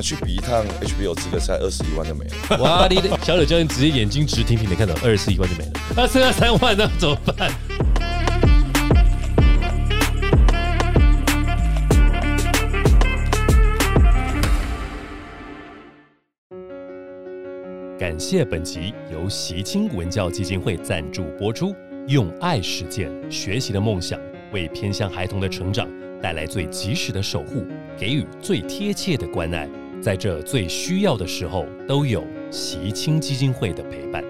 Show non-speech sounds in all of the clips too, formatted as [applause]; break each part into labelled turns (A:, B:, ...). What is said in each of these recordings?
A: 去比一趟 HBO 资格赛，二十一万就没了。
B: 哇，你的小柳教练直接眼睛直挺挺的看到二十一万就没了，那剩下三万那怎么办？感谢本集由习清文教基金会赞助播出，用爱实践学习的梦想，为偏向孩童的成长带来最及时的守护，给予最贴切的关爱，在这最需要的时候，都有习清基金会的陪伴。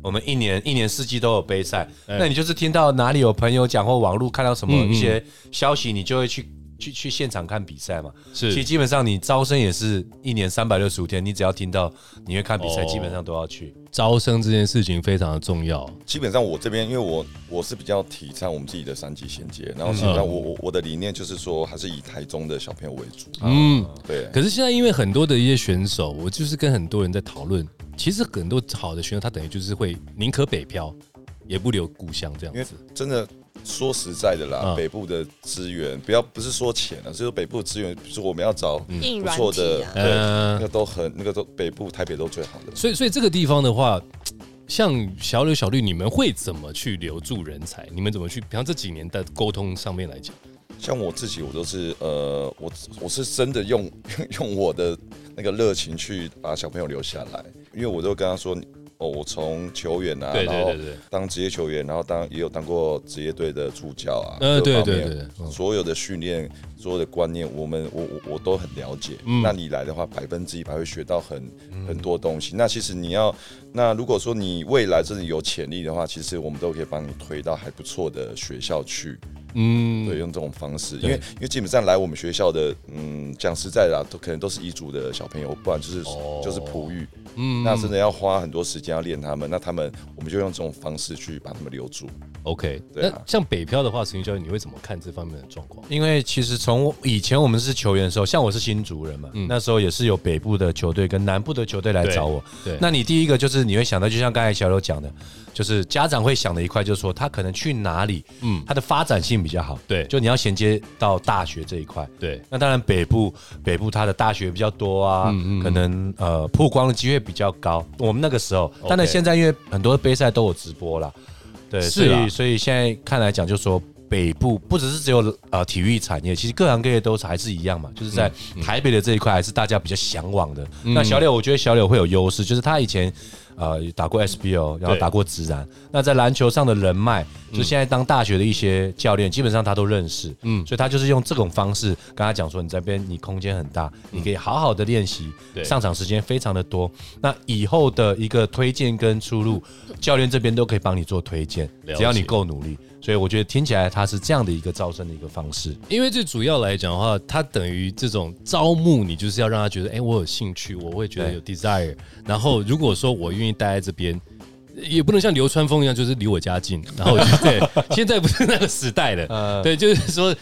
C: 我们一年一年四季都有杯赛，那你就是听到哪里有朋友讲或网络看到什么
B: 哎嗯嗯
C: 一些消息，你就会去去去现场看比赛嘛。
B: 是
C: 其实基本上你招生也是一年三百六十五天，你只要听到你会看比赛，
B: 哦
C: 基本上都要去。
B: 招生这件事情非常的重要，
A: 基本上我这边，因为我我是比较提倡我们自己的三级衔接，然后基本
B: 嗯
A: 上我我我的理念就是说，还是以台中的小朋友为主。
B: 嗯。
A: 对，
B: 可是现在因为很多的一些选手，我就是跟很多人在讨论，其实很多好的选手他等于就是会宁可北漂，也不留故乡这
A: 因
B: 样
A: 为
B: 子。
A: 真的说实在的啦，
B: 嗯
A: 北部的资源不要不是说钱啊，就是北部的资源，比如说我们要找
D: 硬
A: 不
D: 软
A: 错
D: 体
A: 的，
D: 啊，
A: 对，
B: 嗯
A: 那个都很那个都北部台北都最好的。
B: 所以，所以这个地方的话，像小柳、小绿，你们会怎么去留住人才？你们怎么去？比方这几年的沟通上面来讲，
A: 像我自己，我都是呃，我我是真的用 [laughs] 用我的那个热情去把小朋友留下来，因为我都跟他说，哦，我从球员啊，
B: 对对
A: 然后
B: 对对
A: 当职业球员，然后当也有当过职业队的助教啊，
B: 呃
A: 各方
B: 对
A: 面
B: 对对嗯
A: 所有的训练，所有的观念，我们我我我都很了解。
B: 嗯
A: 那你来的话，百分之一百会学到很、很多东西。那其实你要，那如果说你未来真的有潜力的话，其实我们都可以帮你推到还不错的学校去。
B: 嗯，
A: 对，用这种方式，
B: 对
A: 因为因为基本上来我们学校的，嗯，讲实在的、啊，都可能都是彝族的小朋友，不然就是、
B: 哦
A: 就是璞玉，
B: 嗯
A: 那真的要花很多时间要练他们，那他们我们就用这种方式去把他们留住。
B: OK。
A: 对啊
B: 那像北漂的话，陈教练，你会怎么看这方面的状况？
C: 因为其实从以前我们是球员的时候，像我是新竹人嘛，
B: 嗯
C: 那时候也是有北部的球队跟南部的球队来
B: 对
C: 找我。
B: 对
C: 那你第一个就是你会想到，就像刚才小柳讲的，就是家长会想的一块，就是说他可能去哪里，嗯，他的发展性比较好。
B: 对
C: 就你要衔接到大学这一块。
B: 对
C: 那当然北部北部它的大学比较多啊，
B: 嗯
C: 可能呃曝光的机会比较高。我们那个时候，当然现在因为很多杯赛都有直播啦，对，所
B: 是啦
C: 以所以现在看来讲，就说北部不只是只有呃体育产业，其实各行各业都是还是一样嘛，就是在
B: 嗯
C: 台北的这一块还是大家比较向往的。那小柳，我觉得小柳会有优势，就是他以前呃打过 SBO，然后
B: 对
C: 打过职篮，那在篮球上的人脉，就现在当大学的一些教练，基本上他都认识，嗯，所以他就是用这种方式跟他讲说，你这边你空间很大，你可以好好的练习，
B: 对
C: 上场时间非常的多。那以后的一个推荐跟出 [laughs] 路，教练这边都可以帮你做推荐，
B: 了解
C: 只要你够努力。所以我觉得听起来他是这样的一个招生的一个方式。
B: 因为最主要来讲的话，他等于这种招募，你就是要让他觉得，哎、我有兴趣，我会觉得
C: 对
B: 有 desire。然后如果说我愿意待在这边，也不能像流川枫一样，就是离我家近。然后我就对，现在不是那个时代
A: [laughs]
B: 了。
A: 嗯
B: 对，就是说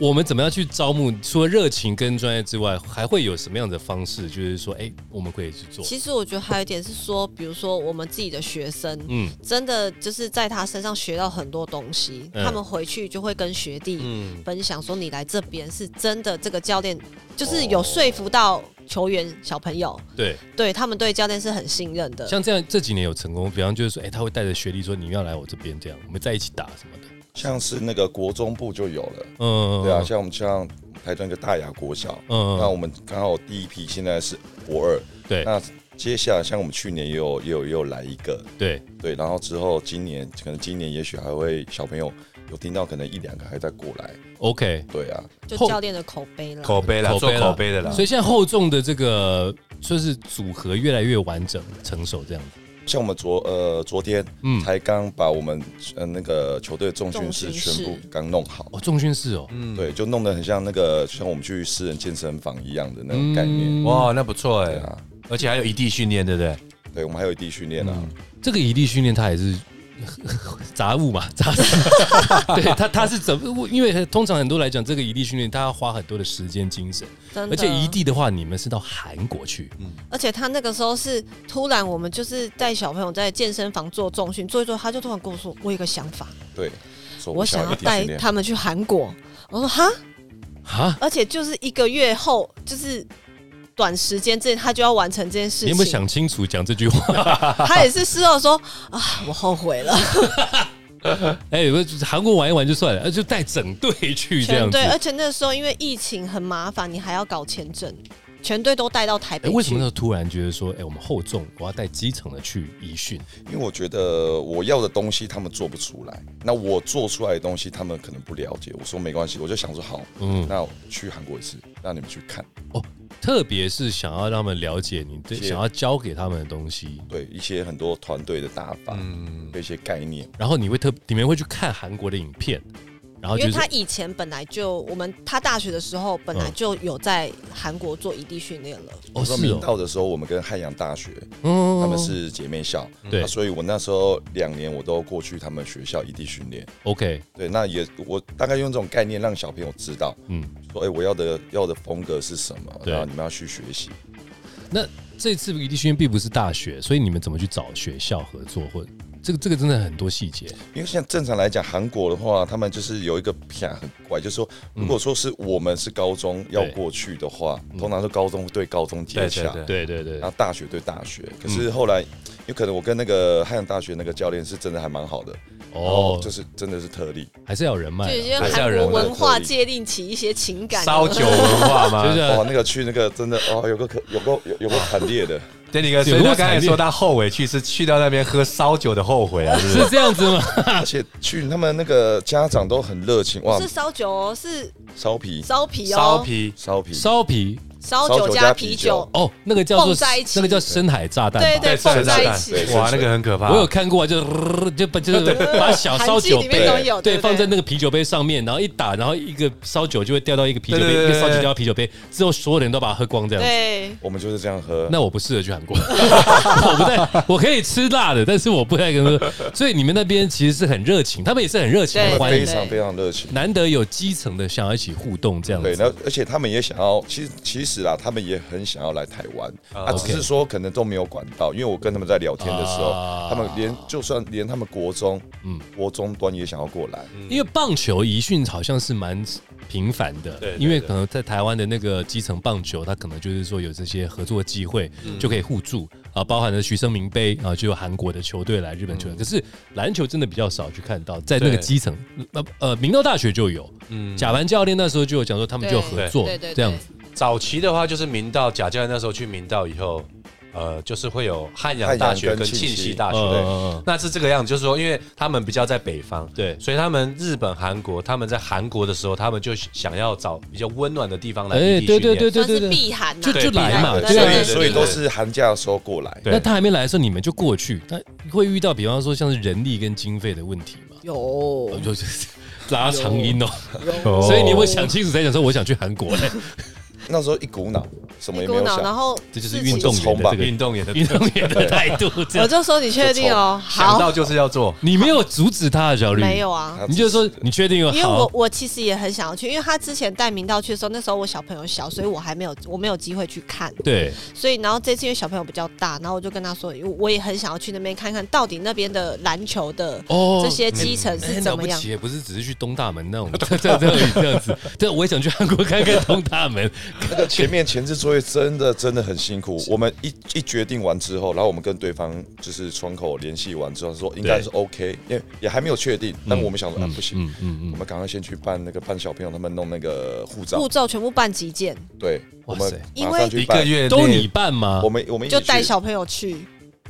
B: 我们怎么样去招募，除了热情跟专业之外，还会有什么样的方式？就是说，哎、我们可以去做。
D: 其实我觉得还有一点是说，比如说我们自己的学生，
B: 嗯
D: 真的就是在他身上学到很多东西，
B: 嗯
D: 他们回去就会跟学弟
C: 嗯，
D: 分享说，你来这边是真的，这个教练就是
B: 哦
D: 有说服到球员小朋友，
B: 对，
D: 对他们对教练是很信任的。
B: 像这样这几年有成功，比方就是说，哎、他会带着学历说你要来我这边，这样我们在一起打什么的。
A: 像是那个国中部就有了，
B: 嗯，
A: 对啊，像我们像台中一个大雅国小，
B: 嗯
A: 那我们刚好第一批现在是国二，
B: 对
A: 那接下来像我们去年也有也有也有来一个，
B: 对，
A: 对，然后之后今年可能今年也许还会小朋友有听到，可能一两个还在过来，
B: OK，
A: 对啊，
D: 就
B: 后
D: 教练的口碑了。
C: 口碑啦，
B: 口碑
C: 做
B: 啦
C: 口碑的啦。
B: 所以现在厚重的这个就是组合越来越完整、成熟这样子。
A: 像我们昨呃昨天，
B: 嗯
A: 才刚把我们呃那个球队的重训室
D: 重训
A: 全
D: 室
A: 部刚弄好，
B: 哦，重训室哦，
C: 嗯
A: 对，就弄得很像那个像我们去私人健身房一样的那种概念。
B: 嗯
C: 哇，那不错哎、
A: 对啊，
C: 而且还有异地训练，对不对？
A: 对，我们还有异地训练啊，
B: 这个一地训练它也是 [laughs] 杂物嘛， [laughs] 杂物。 [laughs] 对它它是怎么？因为通常很多来讲，这个一地训练它要花很多的时间、精神，
D: 真的
B: 而且一地的话，你们是到韩国去，
D: 而且他那个时候是突然，我们就是带小朋友在健身房做重训，做一做，他就突然跟我说：“我有一个想法，
A: 对，所以
D: 我想
A: 想
D: 要
A: 异地训
D: 带
A: 练。
D: 他们去韩国。”我说：“哈，
B: 哈，
D: 而且就是一个月后，就是短时间之内他就要完成这件事
B: 你
D: 情。
B: 有没有想清楚讲这句话？ [laughs]
D: 他也是事后说啊，我后悔了。
B: 哎，我韩国玩一玩就算了，呃就带整队去这样
D: 全
B: 子。
D: 队，而且那时候因为疫情很麻烦，你还要搞签证，全队都带到台
B: 哎，
D: 北去。
B: 为什么那时候突然觉得说，哎，我们厚重，我要带基层的去移训？
A: 因为我觉得我要的东西他们做不出来，那我做出来的东西他们可能不了解。我说没关系，我就想说好，
B: 嗯，
A: 那我去韩国一次，让你们去看，
B: 哦特别是想要让他们了解你对，
A: 是
B: 想要教给他们的东西，
A: 对一些很多团队的打法，
C: 嗯，
A: 对一些概念。
B: 然后你会特你们会去看韩国的影片，然后
D: 因
B: 就
D: 为
B: 是
D: 他以前本来就我们他大学的时候本来就有在韩国做异地训练了，
B: 哦
A: 我说
B: 是
A: 明
B: 哦，
A: 道的时候，我们跟汉阳大学，
B: 嗯
A: 他们是姐妹校，
B: 对
A: 那所以我那时候两年我都过去他们学校异地训练。
B: OK，
A: 对，那也我大概用这种概念让小朋友知道，
B: 嗯，
A: 说哎、我要的要的风格是什么，
B: 对
A: 然后你们要去学习。
B: 这次异地训练并不是大学，所以你们怎么去找学校合作，或这个这个真的很多细节，
A: 因为像正常来讲，韩国的话，他们就是有一个偏很怪，就是说，如果说是我们是高中要过去的话，通常是高中对高中接洽，
C: 对
B: 嗯对嗯对对
A: 然，后大学对大学。可是后来，有可能我跟那个汉阳大学那个教练是真的还蛮好的，
B: 哦，
A: 就是真的是特例。
B: 还是要有人脉啊
D: 就，已经
C: 还是要
D: 韩
C: 人
D: 国
C: 文
D: 文化
A: 合理
D: 界定起一些情感。
C: 烧酒文化 [laughs] 吗？
B: 就
C: 就是
B: 是
A: 哦哇，那个去那个真的哦，有个可有个有有个惨烈的，
C: Danny 哥，所以
B: 有多
C: 他刚才
B: 惨烈
C: 说他后悔去是去到那边喝烧酒的后
D: [laughs]
C: 悔啊，是不
A: 哦
B: [laughs]
C: 是？
B: 是这样子吗？
A: 而且去他们那个家长都很热情，哇
D: 不，是烧酒哦，是
A: 烧皮
D: 烧啤哦，
C: 烧啤，
A: 烧皮，
B: 烧皮
D: 烧
A: 烧
D: 酒
A: 酒
D: 加
A: 加
D: 啤
A: 啤
D: 酒
A: 酒，
B: 哦，那个叫做
D: 蹦在一起
B: 那个叫深海炸弹吧，
D: 对对
C: 是很
D: 蹦在一
C: 炸弹
D: 起
A: 对
C: 哇，那个很可怕。
B: 我有看过啊，就是 [laughs] 就把就是把小烧酒
D: 韩剧里面
A: 杯
D: 都有，
B: 对，
D: 不
B: 放在那个啤酒杯上面，然后一打，然后一个烧酒就会掉到一个啤酒杯，
C: 对对对
B: 一个烧酒
C: 对对
B: 掉到啤酒杯，之后所有人都把它喝光这样子。
D: 对。
A: 我们就是这样喝。
B: 那我不适合去韩国， [laughs] 我不太，我可以吃辣的，但是我不太跟喝。所以你们那边其实是很热情，他们也是很热情，
D: 对
B: 很欢
A: 非
B: 迎，
A: 常非常热情，
B: 难得有基层的想要一起互动这样
A: 对，
B: 子。
A: 那而且他们也想要，其实其实啦，他们也很想要来台湾，
C: 啊
A: 啊，只是说可能都没有管到，因为我跟他们在聊天的时候，
B: 啊
A: 他们连就算连他们国中，
B: 嗯
A: 嗯，国中端也想要过来，
B: 因为棒球移训好像是蛮频繁的，
C: 对对
B: 因为可能在台湾的那个基层棒球，它可能就是说有这些合作机会，
C: 嗯
B: 就可以互助啊，包含了徐生明杯啊，就有韩国的球队来日本球队，可是篮球真的比较少去看到，在那个
C: 嗯对
B: 基层，呃呃，明道大学就有，
C: 嗯，
B: 贾凡教练那时候就有讲说他们就有合作
D: 对对对对
B: 这样子，
C: 早期的话就是明道贾教练那时候去明道以后，呃，就是会有汉阳大
A: 汉阳
C: 学跟
A: 跟
C: 庆
A: 庆
C: 熙
A: 熙
C: 大学。对
B: 呃，
C: 那啊是这个样子，就是说，因为他们比较在北方，
B: 对
C: 所以他们日本、韩国，他们在韩国的时候，他们就想要找比较温暖的地方来
B: 哎
C: 异地训练。
B: 对对对
D: 算是避寒呐，
B: 就就来嘛，
D: 对
B: 对
A: 所
D: 对
B: 啊
A: 以所以都是寒假的时候过来，
C: 对
B: 那他还没来的时候，你们就过去，那会遇到比方说像是人力跟经费的问题嘛？
D: 有
B: 我就 [laughs] 拉长音哦，
C: 哦
B: 所以你会想清楚才想说我想去韩国
D: [laughs]
B: 嘞，
A: 那时候一股脑，什么
D: 一
A: 也没
D: 股
A: 有
D: 脑，然
A: 想，
D: 后
B: 这就是
D: 事
B: 运
D: 情
B: 动员的这
C: 运
B: 个
C: 动员的
B: 运动员的态
D: [laughs]
B: 度。这
D: 我
B: 样，
D: 就说你确定哦，
C: 想
D: 好
C: 到，就是要做，
B: 你没有阻止他，小绿，
D: 没，有啊，
A: 他
B: 你就说你确定哦，
D: 因为我
B: 好，
D: 我其实也很想要去，因为他之前带明道去的时候，那时候我小朋友小，所以我还没有我没有机会去看，
B: 对，
D: 所以然后这次因为小朋友比较大，然后我就跟他说，我我也很想要去那边看看到底那边的篮球的
B: 哦
D: 这些基层
B: 哎
D: 是
B: 了
D: 怎
B: 不
D: 么样。
B: 起，不是只是去东大门那种， [laughs] 这这这这样子，对，我也想去韩国看看东大
D: [laughs]
B: 门，
A: 那个前面前置作业真的真的很辛苦。我们一一决定完之后，然后我们跟对方就是窗口联系完之后说应该是 OK，因为也还没有确定，但我们想说啊不行，
B: 嗯嗯
A: 我
B: 嗯，
A: 们赶快先去办那个办小朋友他们弄那个护照
D: 步，骤全部办急件，
A: 对，
B: 哇
A: 我
B: 塞
A: 们
D: 因
A: 马
D: 为
A: 上
C: 一
A: 去
C: 个
A: 办。
D: 嗯
C: 月内
B: 都你办吗
A: 我？们我们一起
D: 就带
A: 去
D: 小朋友去。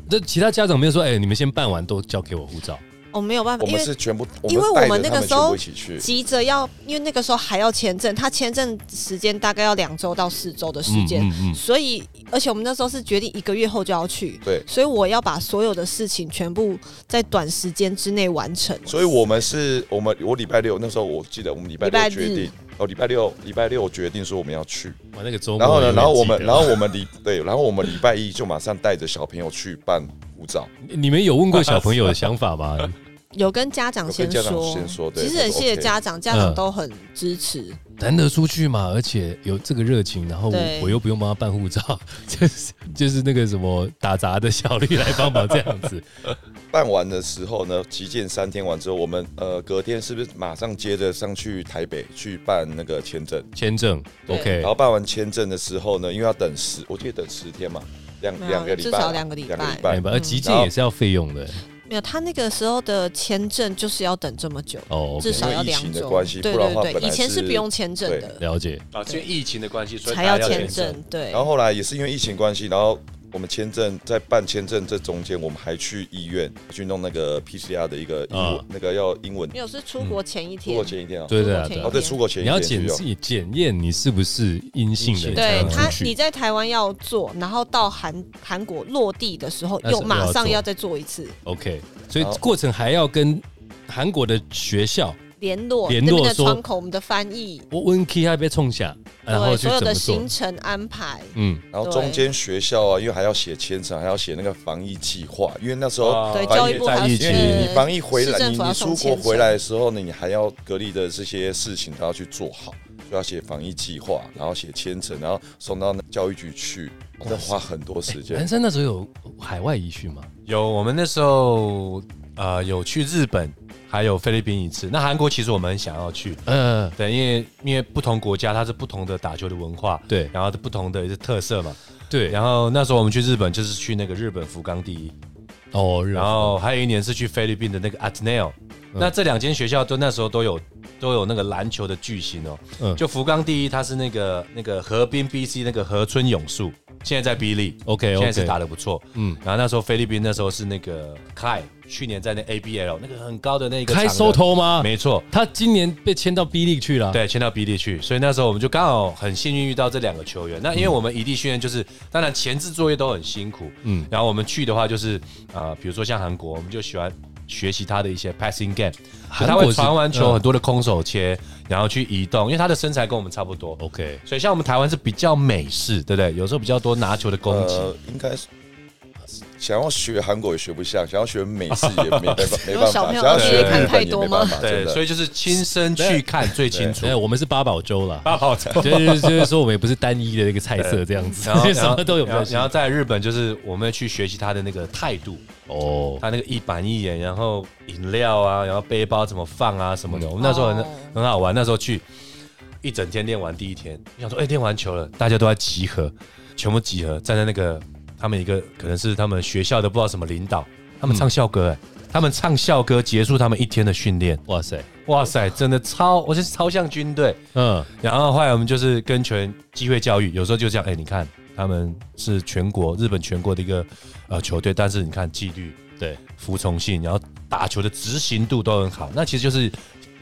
B: 这其他家长没有说，哎，你们先办完都交给我护照，
D: 我、哦没有办法，
A: 我
D: 因
A: 们
D: 为
A: 是全部，
D: 因为我
A: 带
D: 们
A: 着
D: 那个
A: 他
D: 时候
A: 全部一起去，
D: 急着要，因为那个时候还要签证，他签证时间大概要两周到四周的时间，
B: 嗯
D: 所以而且我们那时候是决定一个月后就要去，
A: 对，
D: 所以我要把所有的事情全部在短时间之内完成。
A: 所以我们是我们我礼拜六那时候我记得我们礼拜
D: 礼拜
A: 六
D: 日
A: 决定，哦礼拜六礼拜六决定说我们要去，
B: 我嗯那个周末，
A: 然后呢，然后我们然后我们礼 [laughs] 对，然后我们礼拜一就马上带着小朋友去办护照，
D: [laughs]
B: 你们有问过小朋友的想法吗？
D: 有跟家长
A: 有
D: 先
A: 跟家长
D: 说，
A: 先说对
D: 其实
A: 我
D: 很
A: 说
D: 谢谢
A: OK
D: 家长，家长都很支持。
B: 难得出去嘛，而且有这个热情，然后我
D: 对
B: 我又不用帮他办护照， [laughs] 就是就是那个什么打杂的小丽来帮忙这样子。 [laughs]
A: 办完的时候呢，旗舰三天完之后，我们呃隔天是不是马上接着上去台北去办那个签证？
B: 签证
D: 对
B: ，OK，
A: 然后办完签证的时候呢，因为要等十，我记得等十天嘛，
D: 没
A: 两
D: 有
A: 两个礼拜吧，
D: 啊至少两个礼拜
A: 两个礼
B: 哎
A: 拜。
B: 而急件也是要费用的
D: 没有，他那个时候的签证就是要等这么久，
B: 哦，OK，
D: 至少要两
A: 因为疫情
D: 周。
A: 的关系
D: 对
A: 不然的话
D: 对
A: 本
D: 对，
A: 来
D: 以前是
A: 是
D: 不用签证
A: 对
D: 的，
B: 了解，
C: 啊，因为疫情的关系，所以
D: 才
C: 大家
D: 要
C: 要
D: 签证。对
A: 然，后后来也是因为疫情关系，然后我们签证在办签证这中间，我们还去医院去弄那个 PCR 的一个英文，
B: 啊
A: 那个要英文
D: 没有是出国前一
A: 出
D: 天，
A: 国前一天啊，
B: 对对啊
D: 出国
B: 对
D: 前一天
B: 啊
A: 哦对，出国前
B: 你
A: 一
B: 要
A: 天
B: 检
A: 去哦
B: 自己检验你是不是阴性的，
C: 阴性
B: 你才
D: 对
B: 能
D: 他
B: 出，
D: 你
B: 去。
D: 在台湾要做，然后到韩韩国落地的时候，
B: 那是
D: 又马上
B: 又要做
D: 要再做一次
B: OK，所以
A: 好
B: 过程还要跟韩国的学校，
D: 联络，
B: 联
D: 那边
B: 络
D: 的
B: 说
D: 窗口，我们的翻译，
B: 我问 K 还被冲下，然后
D: 对，
B: 去
D: 所有
B: 怎么
D: 的
B: 做
D: 行？程安排，
B: 嗯，
A: 然后中间学校啊，因为还要写签证，还要写那个防疫计划，因为那时候、
D: 对，
A: 反正
D: 教育
A: 也
D: 部
C: 哦在
D: 还有
C: 疫
A: 因为
D: 是
A: 你防疫回
D: 市
A: 来，
D: 政
A: 你
D: 府要
A: 你
D: 送
A: 出
D: 签
A: 国
D: 证
A: 回来的时候呢，你还要隔离的这些事情都要去做好，就要写防疫计划，然后写签证，然后送到那教育局去，这花很多时间
C: 哎
B: 南。山那时候有海外遗训吗？
C: 有，我们那时候呃有去日本，还有菲律宾一次。那韩国其实我们很想要去，
B: 呃，
C: 对，因为因为不同国家它是不同的打球的文化，
B: 对
C: 然后不同的一个特色嘛。
B: 对，
C: 然后那时候我们去日本就是去那个日本福冈第一，
B: 哦，然
C: 然
B: 后
C: 后还有一年是去菲律宾的那个 Ateneo。那这两间学校都那时候都有都有那个篮球的巨星哦，
B: 嗯
C: 就福冈第一，他是那个那个河滨 BC 那个河村勇树，现在在 B 利
B: OK，
C: 现在
B: OK
C: 是打的不错，
B: 嗯
C: 嗯，然后那时候菲律宾那时候是那个 Kai，去年在那 ABL 那个很高的那个
B: 开
C: 场的
B: 收，头吗？
C: 没错，
B: 他今年被签到 B League 去了。，
C: 对，签到比利去，所以那时候我们就刚好很幸运遇到这两个球员。那因为我们异地训练就是，当然前置作业都很辛苦，
B: 嗯
C: 嗯，然后我们去的话就是啊、呃比如说像韩国，我们就喜欢学习他的一些 passing game，就
B: 韩
C: 他
B: 国
C: 会
B: 是
C: 传完球
B: 嗯
C: 很多的空手切，然后去移动，因为他的身材跟我们差不多。
B: OK，
C: 所以像我们台湾是比较美式，对不对？有时候比较多拿球的攻击，
A: 呃，应该是想要学韩国也学不像，想要学美式也没没办法，没
D: [laughs] 有
A: 办
D: 小
A: 法，
D: 朋友
A: 想要
D: 的
A: 学
D: 看
A: 日
D: 太
A: 本也
D: 多
A: 没
D: 吗
A: 办法，
C: 对
A: 真，
C: 所
A: 的。
C: 以就是亲身去看最清楚 [laughs]
B: 哎，。我们是八宝粥啦。
C: 八宝粥
B: 就是就是说，我们也不是单一的那个菜色这样子，
C: [laughs] 然
B: [laughs]
C: 后
B: 什么都有
C: 然
B: 关
C: 后
B: 系。
C: 然后在日本，就是我们去学习他的那个态度，
B: 哦，
C: 他那个一板一眼，然后饮料啊，然后背包怎么放啊什么的。我们那时候很、
D: 哦
C: 很好玩，那时候去一整天练完第一天，我想说，哎、练完球了，大家都在集合，全部集合站在那个他们一个可能是他们学校的不知道什么领导，他们唱校歌、哎、他们唱校歌结束他们一天的训练，
B: 哇塞，
C: 哇塞，真的超，我就是超像军队。
B: 嗯，
C: 然后后来我们就是跟全机会教育，有时候就这样，哎、你看他们是全国日本全国的一个呃球队，但是你看纪律、
B: 对，
C: 服从性，然后打球的执行度都很好，那其实就是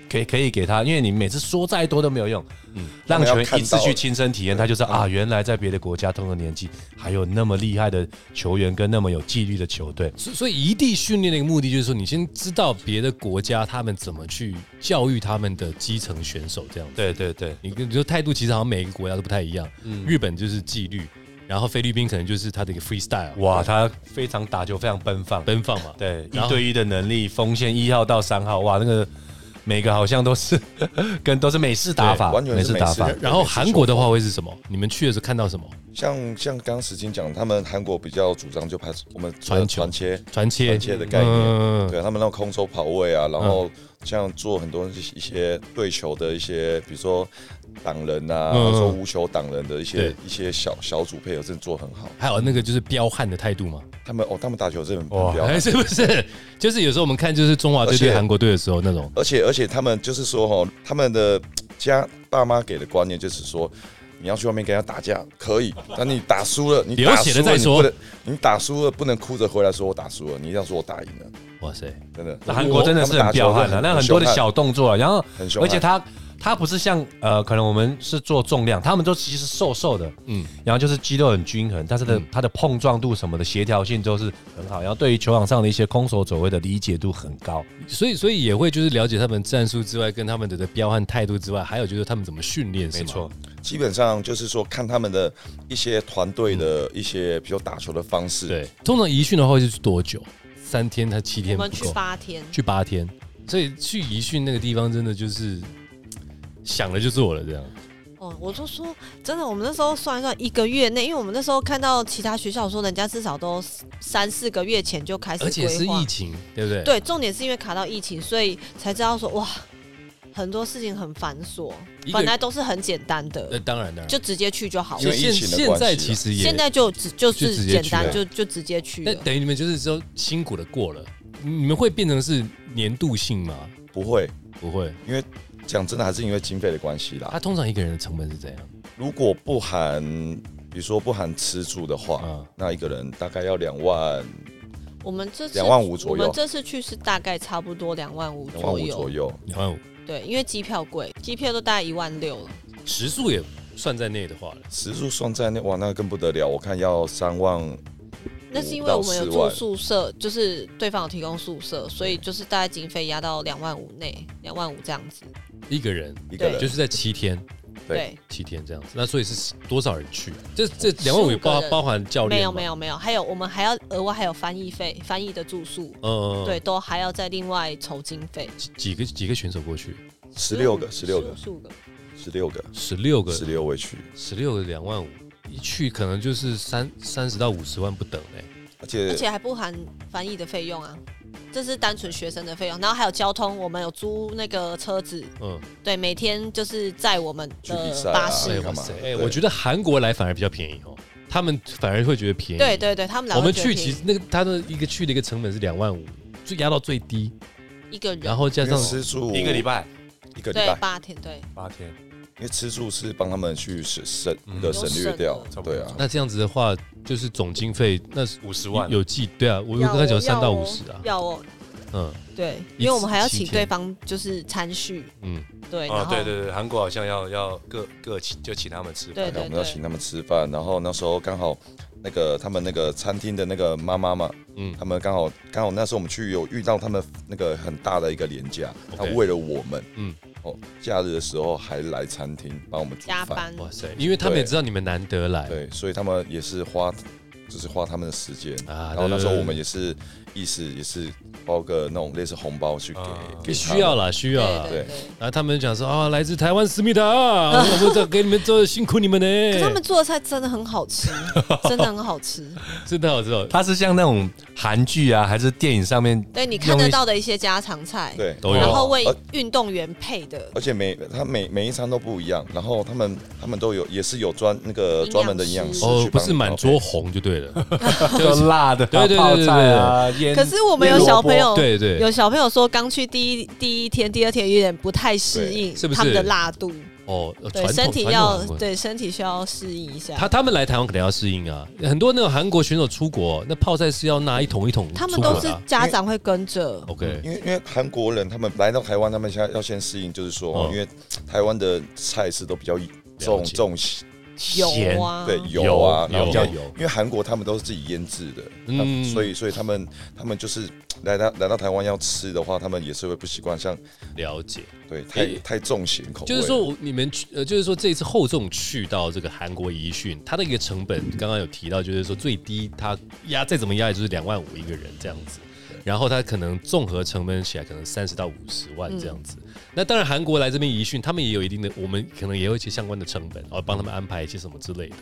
C: 可以可以给他，因为你每次说再多都没有用，嗯，让球员一次去亲身体验，他就知道啊，原来在别的国家同个年纪还有那么厉害的球员跟那么有纪律的球队，
B: 所所以一地训练的一个目的就是说，你先知道别的国家他们怎么去教育他们的基层选手这样子。
C: 对对对，嗯
B: 你跟你说态度其实好像每一个国家都不太一样，日本就是纪律，然后菲律宾可能就是他的一个 freestyle
C: 哇，他非常打球非常奔放，
B: 奔放嘛，
C: 对，
B: 然
C: 一
B: 后
C: 对一的能力，锋线一号到三号，哇，那个每个好像都是 [laughs] 跟都是美式打法，
A: 对完全是美式
C: 打法
A: 的。
B: 然后韩国的话会是什么？你们去的时候看到什么？
A: 像像刚刚石金讲，他们韩国比较主张就拍我们呃
B: 传球
A: 传切，
B: 传切
A: 传切的概念
B: 嗯
A: 对他们那种空手跑位啊，然后像做很多一些一些对球的一些，比如说挡人啊，
B: 嗯
A: 或者说无球挡人的一些
B: 对
A: 一些小小组配合，真的做得很好。
B: 还有那个就是彪悍的态度嘛，
A: 他们哦，他们打球真的很
C: 哇
A: 很彪悍
B: [laughs] 哎，是不是？就是有时候我们看就是中华队对
A: 而且
B: 韩国队的时候那种，
A: 而且而且他们就是说哦，他们的家爸妈给的观念就是说。你要去外面跟人家打架可
C: [laughs]
A: 以，但你打输了，你
B: 流
A: 打
B: 血
A: 输
B: 了
A: 了
B: 再
A: 你
B: 说
A: 不能，你打输了不能哭着回来说我打输了，你一定要说我打赢了，
B: 哇塞，
A: 真的。
C: 那韩国真的是很彪悍的、啊
A: 他们打球就
C: 那很多的
A: 凶悍
C: 小动作、啊，然后
A: 很凶
C: 而
A: 悍
C: 且他他不是像呃，可能我们是做重量，他们都其实瘦瘦的，
B: 嗯
C: 嗯，然后就是肌肉很均衡，但是的、他的碰撞度什么的协调性都是很好，然后对于球场上的一些空手走位的理解度很高，
B: 所以所以也会就是了解他们战术之外，跟他们的彪悍态度之外，还有就是他们怎么训练，是
C: 没
B: 吗
C: 错，，
A: 基本上就是说看他们的一些团队的一些，比如打球的方式。
B: 对，通常一训的话是多久？三天他七天不
D: 我们去
B: 够，
D: 八天，
B: 去八天，所以去宜训那个地方真的就是想了就做了这样。
D: 哦，我就说真的，我们那时候算一算，一个月内，因为我们那时候看到其他学校说，人家至少都三四个月前就开始
B: 而且是
D: 规划
B: 疫情，对不对？，
D: 对，重点是因为卡到疫情，所以才知道说哇，很多事情很繁琐
B: 一，个呃
D: 本来都是很简单
B: 那
D: 的，
B: 当然当然，
D: 就直接去就好
A: 因
D: 了
A: 为。疫
B: 现
A: 情的
B: 现
A: 关系
B: 在
A: 啊
B: 其实也，
D: 现在就只就
B: 就直
D: 是
B: 接
D: 简
B: 去
D: 单，
A: 了
D: 就就直接去
B: 那
D: 了。
B: 等于你们就是说辛苦的过了，你们会变成是年度性吗？
A: 不会。
B: 不会，
A: 讲真的，还是因为经费的关系啦。
B: 他通常一个人的成本是怎样？
A: 如果不含，比如说不含吃住的话，
B: 嗯
A: 那一个人大概要两万
D: 我们这次
A: 25,000左右
D: 我们这次去是大概差不多两万五
A: 两万
D: 左
A: 五
D: 右，
A: 左右。
B: 两万五，
D: 对，因为机票贵，机票都大概一万六了。
B: 食宿也算在内的话了。
A: 食宿算在内，哇，那更不得了！我看要三万，
D: 那是因
A: 五
D: 为
A: 到
D: 我们有
A: 四
D: 住
A: 万
D: 宿舍，就是对方有提供宿舍，所以就是大概经费压到两万五内，两万五这样子。
B: 一个人
A: 一个人
B: 就是在七天，
A: 对
D: 对，
B: 七天这样子。那所以是多少人去？啊这这两万五也
D: 15个
B: 包
D: 人
B: 包含教练
D: 没有
B: 吗
D: 没，有没有，还有我们还要额外还有翻译费，翻译的住宿，
B: 嗯，
D: 对，都还要再另外筹经费。
B: 几几个几个选手过去，
A: 十六
B: 嗯
D: 嗯
A: 个，十六个，
D: 15个，
A: 十六个，
B: 十六个
A: 十六位去，
B: 十六个两万五，一去可能就是三三十到五十万不等哎、
A: 而
D: 而
A: 且
D: 且还不含翻译的费用啊。这是单纯学生的费用，然后还有交通，我们有租那个车子，
B: 嗯，
D: 对，每天就是载我们
A: 去比赛
D: 的
A: 啊
D: 巴
A: 哎
D: 士，
A: 干嘛
B: 哎、
A: 对
B: 我觉得韩国来反而比较便宜哦，他们反而会觉得便宜。
D: 对，对对，他们俩
B: 我们
D: 会觉
B: 去
D: 得
B: 其
D: 便宜
B: 实那个他的一个去的一个成本是两万五，就压到最低，
D: 一个人，
B: 然后加
A: 因为
B: 上
A: 吃住
C: 一个礼拜
A: 一个礼
D: 对
A: 拜，
D: 八天，对，
C: 八天，
A: 因为吃住是帮他们去省省
B: 嗯
A: 的省略掉
D: 有
C: 省的，
A: 对啊，
B: 那这样子的话，就是总经费那是
C: 五十万，
B: 有记对啊，我我
D: 要
B: 刚才讲
D: 哦
B: 三到
D: 要
B: 五
D: 哦
B: 十啊，
D: 要哦，
B: 嗯
D: 对，
B: 一
D: 因为我们还要
B: 次七
D: 请
B: 天
D: 对方就是参叙，
B: 嗯，
D: 对，哎然
C: 啊，
D: 后
C: 对对对，韩国好像要要各各请就请他们吃
D: 对
A: 然
C: 饭，
A: 后
D: 对
A: 我们要请他们吃饭，然后那时候刚好那个他们那个餐厅的那个妈妈嘛，
B: 嗯
A: 嗯，他们刚好刚好那时候我们去有遇到他们那个很大的一个廉价，他
B: OK
A: 为了我们，
B: 嗯
A: 嗯，哦，假日的时候还来餐厅帮我们煮
D: 加
A: 饭，
D: 班，
B: 哇塞，因为他们也知道你们难得来，
A: 对，所以他们也是花，就是花他们的时间。
B: 啊，
A: 然后那时候我们
B: 也
A: 也是意思也是包个那种类似红包去给
C: 啊
A: 给他
B: 需
A: 们
B: 要啦，需要啦。
D: 对
A: 对
D: 对。
B: 然后他们讲说啊，来自台湾思密达，啊
D: [laughs]
B: 我们这给你们做辛苦你们
D: 可是他
B: 呢
D: 们，做的菜真的很
B: [laughs]
D: 好吃，真的很好吃。
B: 真的好知道，
C: 它是像那种韩剧啊，还是电影上面
D: 对，你看得到的一些家常菜，
A: 对
B: 都有
D: 然后为
A: 呃
D: 运动员配的
A: 而且每他每每一餐都不一样，然后他们他们都有也是有专那个专门的营养师
B: 哦
A: 去，
B: 不
A: 帮
B: 是
A: 你
B: 满
A: 调配
B: 桌红就对
D: [laughs]
B: 了，
C: [laughs] 就辣的啊、
B: 对对对
C: 泡
B: 对
C: 菜啊，腌
D: 可是我们
C: 腌
D: 有
C: 萝
D: 小
C: 卜
D: 朋友，
B: 对对
D: 哦有小朋友说刚去第一第一天、第二天有点不太适应，
B: 对是不是
D: 他们的辣度？
B: 哦，呃传
D: 对，
B: 统
D: 身体
B: 传统
D: 要
B: 韩国
D: 对啊身体需要适应一下。
B: 他他们来台湾可能要适应啊，很多那种韩国选手出国，那泡菜是要拿一桶一桶
D: 他
B: 出
D: 们
B: 国
D: 都
B: 的
D: 是
B: 啊。哦
D: 家长会跟着，
B: OK，
A: 因为因为韩国人他们来到台湾，他们现在要先适应，就是说，
B: 嗯
A: 因为台湾的菜式都比较重
B: 解
A: 重
D: 有啊，
A: 对油啊，然后
B: 有
C: 比较
B: 有
A: 因为韩国他们都是自己腌制的，
B: 嗯
A: 嗯，所以所以他们他们就是来到来到台湾要吃的话，他们也是会不习惯，像
B: 了解，
A: 对太、
B: 诶
A: 太重咸口味，
B: 就是说我你们去呃，就是说这一次厚重去到这个韩国宜训，它的一个成本刚刚有提到，就是说最低它压再怎么压也就是两万五一个人这样子，然后它可能综合成本起来可能三十到五十
A: 嗯
B: 万这样子。那当然韩国来这边宜训，他们也有一定的，我们可能也有一些相关的成本，哦，帮他们安排一些什么之类的。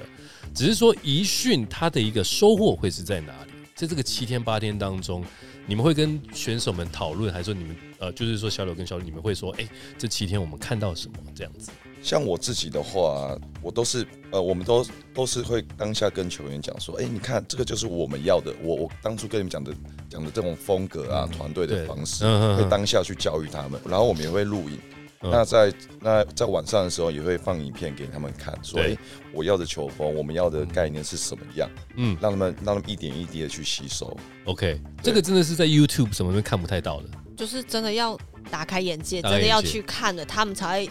B: 只是说宜训它的一个收获会是在哪里？在这个七天八天当中，你们会跟选手们讨论，还是说你们呃，就是说小柳跟小柳，你们会说，哎、这七天我们看到什么这样子？
A: 像我自己的话，我都是呃，我们都都是会当下跟球员讲说，哎、你看这个就是我们要的，我我当初跟你们讲的讲的这种风格啊，团队、的方式，
B: 嗯
A: 会当下去教育他们，然后我们也会录影。
B: 嗯
A: 那在那在晚上的时候也会放影片给他们看，说
B: 对
A: 哎、诶我要的球风，我们要的概念是什么样，
B: 嗯
A: 让他们让他们一点一滴的去吸收。
B: ，OK，这个真的是在 YouTube 什么都看不太到的，
D: 就是真的要打开眼界，
B: 打
D: 真
B: 开眼界
D: 的要去看了，他们才会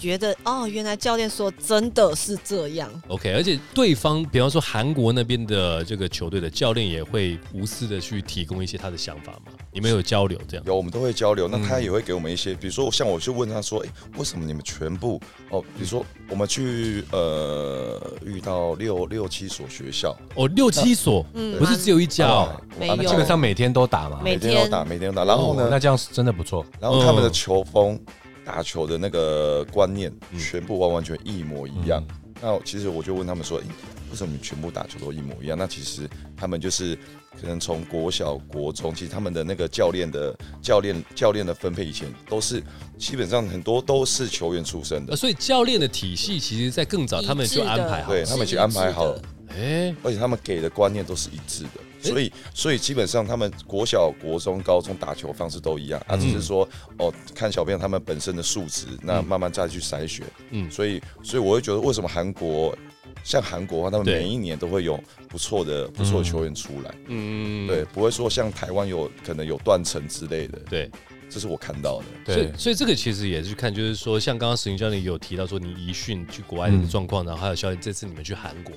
D: 觉得哦，原来教练说真的是这样，
B: OK，而且对方，比方说韩国那边的这个球队的教练也会无私的去提供一些他的想法嘛？你们有交流这样？
A: 有，我们都会交流。
B: 嗯
A: 那他也会给我们一些，比如说像我去问他说，哎、为什么你们全部哦？比如说我们去呃遇到六六七所学校，
B: 哦，六七所，
D: 嗯
B: 不是只有一家哦
A: 啊。
D: 没
A: 啊那
D: 有
C: 基
A: 基
C: 本
A: 本
C: 上
A: 上
C: 每天都打嘛。
D: 每
A: 每天
D: 天
A: 都打，每天都打。然后
C: 哦
A: 呢，
C: 那这样是真的不错。
A: 然后他们的
B: 嗯
A: 球风、打球的那个观念，全部完完全一模一样。那其实我就问他们说，诶为什么你全部打球都一模一样？那其实他们就是可能从国小、国中，其实他们的那个教练的教练教练的分配，以前都是基本上很多都是球员出身
B: 呃，
A: 的，
B: 所以教练的体系其实在更早，他们就安排好。
A: 对他们已经安排好了。
B: 哎，
A: 而且他们给的观念都是一致的，所以所以基本上他们国小、国中、高中打球方式都一样，啊，只是说哦，看小朋友他们本身的素质，那慢慢再去筛选。
B: 嗯
A: 嗯，所以所以我会觉得为什么韩国像韩国的啊话，他们
B: 对
A: 每一年都会有不错的不错的球员出来，
B: 嗯，
A: 对，不会说像台湾有可能有断层之类的，
B: 对，
A: 这是我看到的。
B: 所以
C: 对，
B: 所以这个其实也是看，就是说，像刚刚石云教练也有提到说，你一训去国外的状况，然后还有教练这次你们去韩国，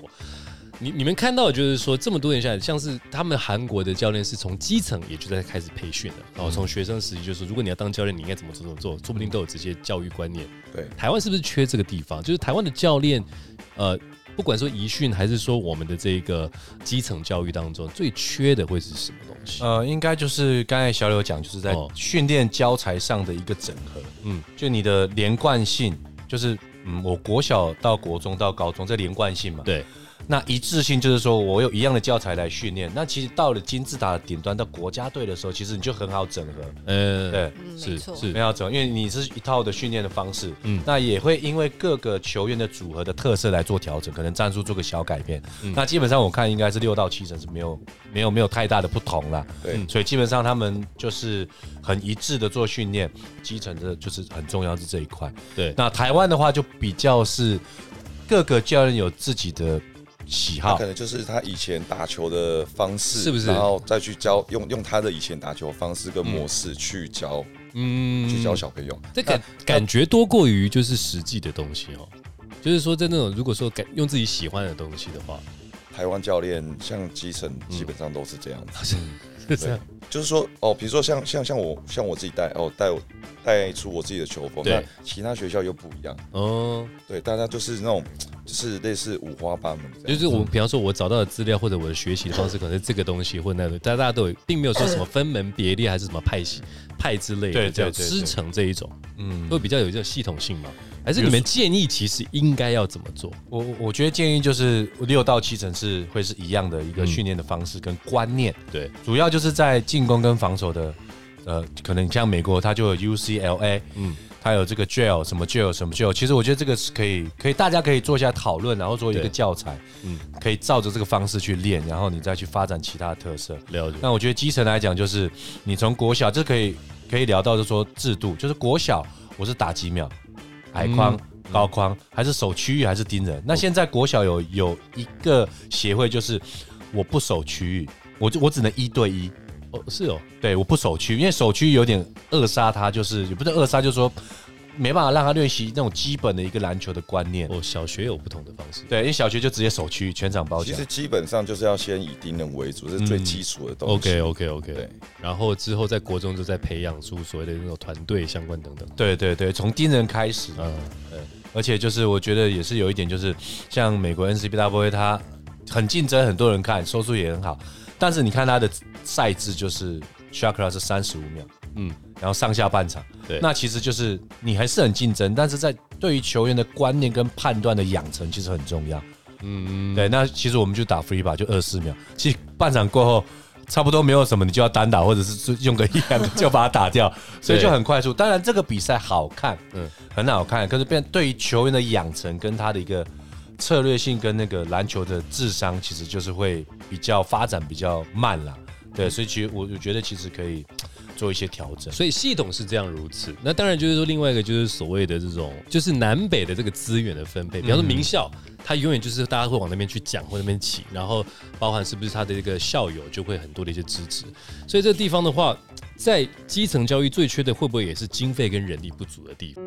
B: 你你们看到的就是说，这么多年下来，像是他们韩国的教练是从基层也就在开始培训的，然后从学生时期就是，如果你要当教练，你应该怎么做怎么做，说不定都有这些教育观念。
A: 对
B: 台湾是不是缺这个地方？就是台湾的教练，呃，不管说遗训还是说我们的这个基层教育当中，最缺的会是什么东西？
C: 呃，应该就是刚才小柳讲，就是在
B: 哦
C: 训练教材上的一个整合。
B: 嗯
C: 嗯，就你的连贯性，就是嗯，我国小到国中到高中这连贯性嘛。
B: 对，
C: 那一致性就是说我有一样的教材来训练。那其实到了金字塔的顶端，到国家队的时候，其实你就很好整合。
B: 呃，
C: 对，
D: 嗯，没
B: 是
D: 错，
B: 是
C: 没，有整合，因为你是一套的训练的方式，
B: 嗯
C: 嗯，那也会因为各个球员的组合的特色来做调整，可能战术做个小改变。那基本上我看应该是六到七成是没有没有没有太大的不同啦。
A: 对
C: 嗯所以基本上他们就是很一致的做训练，基层的就是很重要是这一块。
B: 对，
C: 那台湾的话就比较是各个教练有自己的喜
A: 他
C: 好
A: 可，能就是他以前打球的方式，
B: 是不是
A: 然后再去教用用他的以前打球方式跟模式去教、
B: 嗯
A: 去教小朋友。
B: 这感感觉多过于就是实际的东西哦。就是说，在那种如果说感用自己喜欢的东西的话，
A: 台湾教练像基层
B: 嗯
A: 基本上都是这样子，
B: 是这样。
A: 就是说哦，比如说像像像我像我自己带哦带我带出我自己的球风，
B: 对
A: 那其他学校又不一样，
B: 哦，
A: 对，大家就是那种就是类似五花八门这
B: 就
A: 样，
B: 是我，比方说，我找到的资料或者我的学习的方式，可能是这个东西或那个，但大家都有，并没有说什么分门别类还是什么派系派之类的，
C: 对
B: 这样
C: 对对对
B: 师承这一种，
C: 嗯，
B: 会比较有这种系统性嘛？还是你们建议其实应该要怎么做？
C: 我我我觉得建议就是六到七成是会是一样的一个训练的方式跟观念，
B: 对，
C: 主要就是在进攻跟防守的，呃，可能像美国它就有 UCLA，
B: 嗯
C: 嗯，它有这个 gel 什么 gel 什么 gel，其实我觉得这个是可以可以大家可以坐下来讨论，然后做一个
B: 对
C: 教材，
B: 嗯
C: 嗯，可以照着这个方式去练，然后你再去发展其他特色。
B: 了解。
C: 那我觉得基层来讲，就是你从国小这可以可以聊到，就说制度，就是国小我是打几秒，矮框、
B: 嗯
C: 高框，还是守区域，还是盯人。那现在国小有有一个协会，就是我不守区域，我就我只能一对一。
B: 哦，是哦，
C: 对，我不守区，因为守区有点扼杀他，就是也不是扼杀，就是说没办法让他练习那种基本的一个篮球的观念。
B: 哦，小学有不同的方式。
C: 对，因为小学就直接守区，全场包
A: 其
C: 夹
A: 实。基本上就是要先以敌人为主，
B: 嗯
A: 这是最基础的东西。
B: OK OK OK，
A: 对
B: 然后之后在国中就在培养出所谓的那种团队相关等等。
C: 对对对，从盯人开始。
B: 嗯，
C: 而且就是我觉得也是有一点，就是像美国 NCAA 它很竞争，很多人看，收视也很好，但是你看它的赛制就是 s h a k r a 是三十五秒，
B: 嗯
C: 嗯，然后上下半场，
B: 对
C: 那其实就是你还是很竞争，但是在对于球员的观念跟判断的养成其实很重要，嗯，对，那其实我们就打 free 吧，就二十秒，其实半场过后。差不多没有什么，你就要单打，或者是用个一两个就把它打 [laughs] 掉，所以就很快速。当然，这个比赛好看，很好看，可是变对于球员的养成跟他的一个策略性跟那个篮球的智商，其实就是会比较发展比较慢啦。对，所以其实我我觉得其实可以做一些调整。
B: 所以系统是这样如此。那当然就是说，另外一个就是所谓的这种，就是南北的这个资源的分配。比方说名校，它永远就是大家会往那边去讲，或那边起，然后包含是不是它的这个校友就会很多的一些支持。所以这个地方的话，在基层教育最缺的会不会也是经费跟人力不足的地方？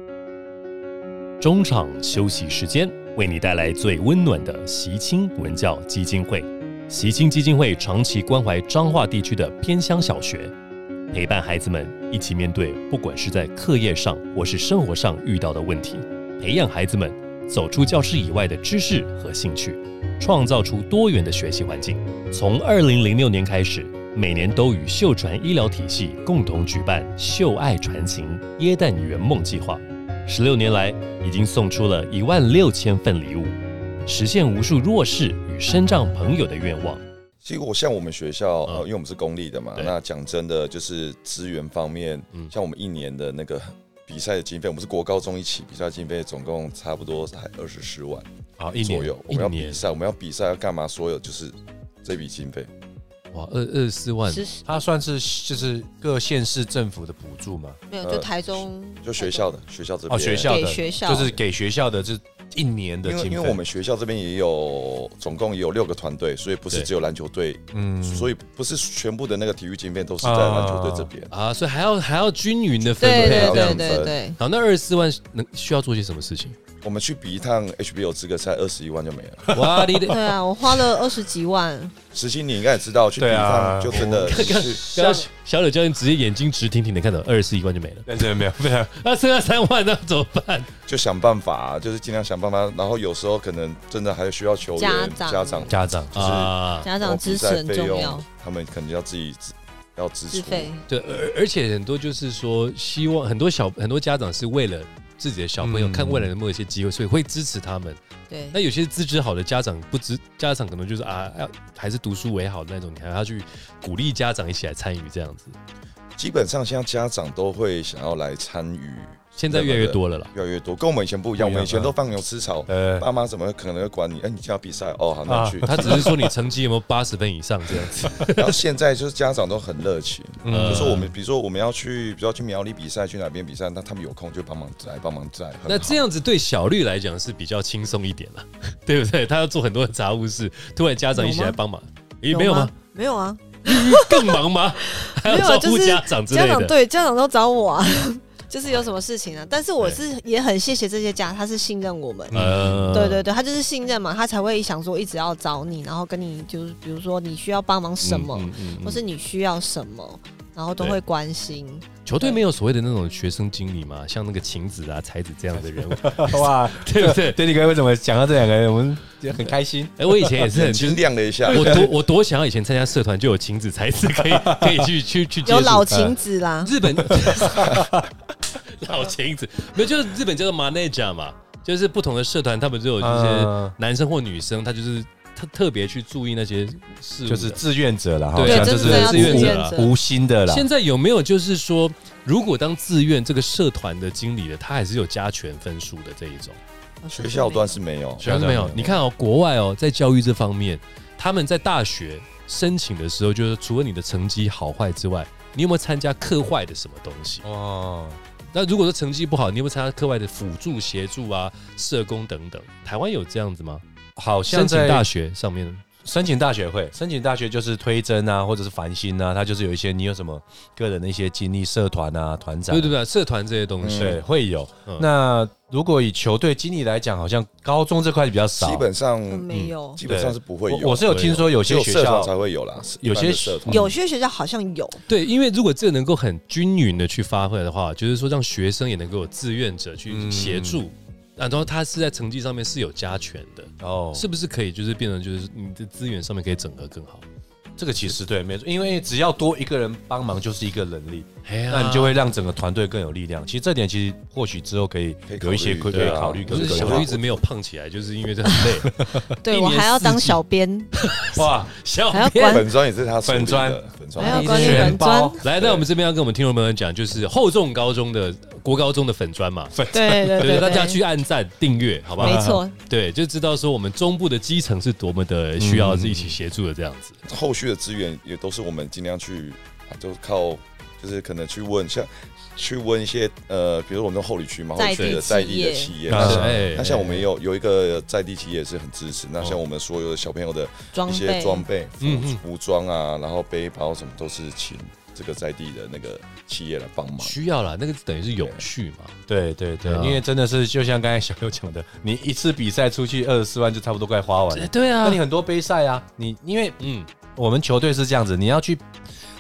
B: 中场休息时间，为你带来最温暖的习青文教基金会。习青基金会长期关怀彰化地区的偏乡小学，陪伴孩子们一起面对不管是在课业上或是生活上遇到的问题，培养孩子们走出教室以外的知识和兴趣，创造出多元的学习环境。从二零零六年开始，每年都与秀传医疗体系共同举办“秀爱传情耶诞圆梦计划”，十六年来已经送出了一万六千份礼物，实现无数弱势与身障朋友的愿望。
A: 其实我像我们学校，呃
B: 嗯，
A: 因为我们是公立的嘛，
B: 对嗯
A: 那讲真的，就是资源方面，像我们一年的那个比赛的经费，我们是国高中一起比赛经费，总共差不多才二十十万
B: 啊，一
A: 左
B: 年
A: 右。我
B: 一
A: 们要比
B: 年
A: 赛，我们要比赛要干嘛？所有就是这笔经费，
B: 哇，二二十四万
D: 其实
C: 它算是就是各县市政府的补助嘛？
D: 没有，
A: 呃
D: 就台中
A: 就学校的学校这边
C: 哦，学校的，
D: 给学校
C: 就是给学校的，就是一年的
A: 因为
C: 经费。
A: 因为我们学校这边也有总共也有六个团队，所以不是
B: 对
A: 只有篮球队，
C: 嗯
A: 所以不是全部的那个体育经费都是在篮球队这边。
B: 啊，所以还要还要均匀的分
D: 对
B: 配
D: 对
B: 这样
D: 对
B: 子。
D: 对对，
B: 好，那二十四万能需要做些什么
D: [laughs]
B: 事情？
A: 我们去比一趟 HBO 资格赛，二十一万就没
C: [laughs]
A: 了。
B: 哇，你的
D: 对啊，我花了二十几万，
A: 石鑫，你应该也知道，去比一
C: 对啊
A: 趟就真
C: [laughs]
A: 的
B: 刚刚
A: 是
B: 刚刚小柳教练直接眼睛直挺挺的看着二十四一万就没了，
C: 认真 [laughs] 没有没有，
B: 那剩下三万那怎么办？
A: 就想办法，就是尽量想办法。然后有时候可能真的还需要球员
D: 家长
A: 家长
C: 家长
A: 就是
B: 啊，
D: 家
A: 然
D: 长
A: 后
D: 支
A: 比
D: 持
A: 赛
D: 很
A: 费
D: 重
A: 用
D: 要，，
A: 他们可能要自己支要支
D: 自
A: 出。
D: 费。
B: 对，而而且很多就是说，希望很多小很多家长是为了。自己的小朋友
C: 嗯
B: 看未来有没有一些机会，所以会支持他们。
D: 对
B: 嗯那，有些资质好的家长不支，家长可能就是啊，要还是读书为好的那种，你还要去鼓励家长一起来参与这样子。
A: 基本上现在家长都会想要来参与，
B: 现在越来越多 [laughs] 了啦。
A: 越来越多，跟我们以前不一样。
C: 不一样
A: 我们以前都放牛吃草，
C: 呃，
A: 爸妈怎么可能会管你？哎，你今天要比赛哦，好，
C: 啊
A: 那去。
B: 他只是说你成绩有没有八十分以上这样子，
A: 然后现在就是家长都很热情，
C: 嗯
B: 呃
A: 就是我们比如说我们要去，比如说去苗栗比赛，去哪边比赛，那他们有空就帮忙来帮忙在。很
B: 那
A: 好
B: 这样子对小绿来讲是比较轻松一点了， [laughs] 对不对？他要做很多的杂物事，突然家长一起来帮忙，咦，没有吗？？
D: 没有啊，
B: [laughs] 更忙吗？
D: [laughs]
B: 还要
D: 没有啊
B: 照顾
D: 就是
B: 家长之
D: 家
B: 类
D: 长
B: 的。
D: 对家长都找我啊， [laughs] 就是有什么事情啊。但是我是也很谢谢这些家，他是信任我们。
B: 呃
D: 对对对，他就是信任嘛，他才会想说一直要找你，然后跟你就是比如说你需要帮忙什么，
B: 嗯嗯嗯
D: 或是你需要什么，然后都
B: 对
D: 会关心。
B: 球队没有所谓的那种学生经理嘛，像那个晴子啊、才子这样的人
D: [laughs]
B: 物，
C: [laughs] 哇，
B: 对不对？
C: [laughs] 对，你哥为什么讲到这两个人，我们也很开心。
B: 哎，我以前也是很
D: [laughs]
A: 眼睛亮了一下，
B: 我多我多想要以前参加社团就有晴子才子可以可以去去去接
D: 有
B: 触哎
D: 老情子啦，
B: 日本 [laughs] 老晴子，没有，就是日本叫做 manager 嘛，就是不同的社团，他们就有这些
C: 嗯
B: 男生或女生，他就是特特别去注意那些事物的。
C: 就是志愿者了哈，
B: 对
C: 像
B: 真
C: 就
B: 的
C: 是
B: 要志愿者
D: 啦
C: 无无心的啦。
B: 现在有没有就是说，如果当自愿这个社团的经理的，他还是有加权分数的这一种？
A: 学校端是没有，
C: 学校
B: 没有
C: 啊没有？
B: 你看哦，国外哦，在教育这方面，他们在大学申请的时候，就是除了你的成绩好坏之外，你有没有参加课外的什么东西？
C: 哦，
B: 那如果说成绩不好，你有没有参加课外的辅助、协助啊、社工等等？台湾有这样子吗？
C: 好像
B: 申请
C: 在
B: 大学上面，
C: 申请大学会，申请大学就是推甄啊，或者是繁星啊，它就是有一些你有什么个人的一些经历、社团啊、团长啊，
B: 对对对，社团这些东西，
C: 对会有
B: 嗯。
C: 那如果以球队经理来讲，好像高中这块比较少
A: 基。本上
D: 嗯没有，
A: 基本上是不会
C: 我
A: 有。
C: 我是有听说有
A: 只
C: 些
A: 有
C: 学
A: 社团
C: 校
A: 才会有啦，
C: 有些
A: 一般的社
B: 嗯
A: 团
D: 有些学校好像有，
B: 对，因为如果这个能够很均匀的去发挥的话，就是说让学生也能够有志愿者去
C: 嗯
B: 协助，啊，然后他是在成绩上面是有加权的，
C: 哦，
B: 是不是可以就是变成就是你的资源上面可以整合更好？
C: 这个其实对，没错，因为只要多一个人帮忙就是一个能力，
B: 哎呀
C: 那你就会让整个团队更有力量。其实这点其实或许之后可以
A: 可以考虑
C: 有一些可以可
A: 对
C: 以
A: 啊
C: 考虑
B: 可
C: 跟
B: 是
C: 规
B: 小
C: 划
B: 鹿一。直没有胖起来，就是因为这很累。 [laughs] 一
D: 对我
B: 年
D: 还要
B: 四
D: 当
B: 季
D: 小编，
C: 哇，
B: 小
D: 还要
B: 编
D: 管
A: 粉砖也是他处理
C: 粉砖
A: 的，粉
D: 还要
A: 砖
D: 管理
C: 全
D: 本专
C: 包，
B: [laughs] 来，那我们这边要跟我们听众朋友们讲，就是厚重高中的国高中的粉砖嘛，
D: 对对
B: 对，
D: 对，
B: 大家
D: 对
B: 去按赞订阅，好不好？
D: 没错，
B: 对，就知道说我们中部的基层是多么的需要是一起协助的这样子。
D: 嗯
A: 后续的资源也都是我们尽量去，啊就是靠就是可能去问像去问一些呃，比如我们的后里区嘛，后
D: 在
A: 里
D: 地
A: 区的
D: 企
A: 在地
D: 业
A: 的企业。
C: 啊
A: 那
C: 是
A: 像
B: 哎
A: 那像我们也有有一个在地企业也是很支持，那像我们所有的小朋友的
D: 装
A: 一些
D: 备
A: 装备、
B: 嗯嗯
A: 服服装啊，然后背包什么都是请这个在地的那个企业来帮忙。
B: 需要啦，那个等于是永续嘛。
C: 对对对
B: 对，啊
C: 因为真的是就像刚才小六讲的，你一次比赛出去二十四万就差不多快花完了。
B: 对啊
C: 那你很多杯赛啊，你因为
B: 嗯，
C: 我们球队是这样子，你要去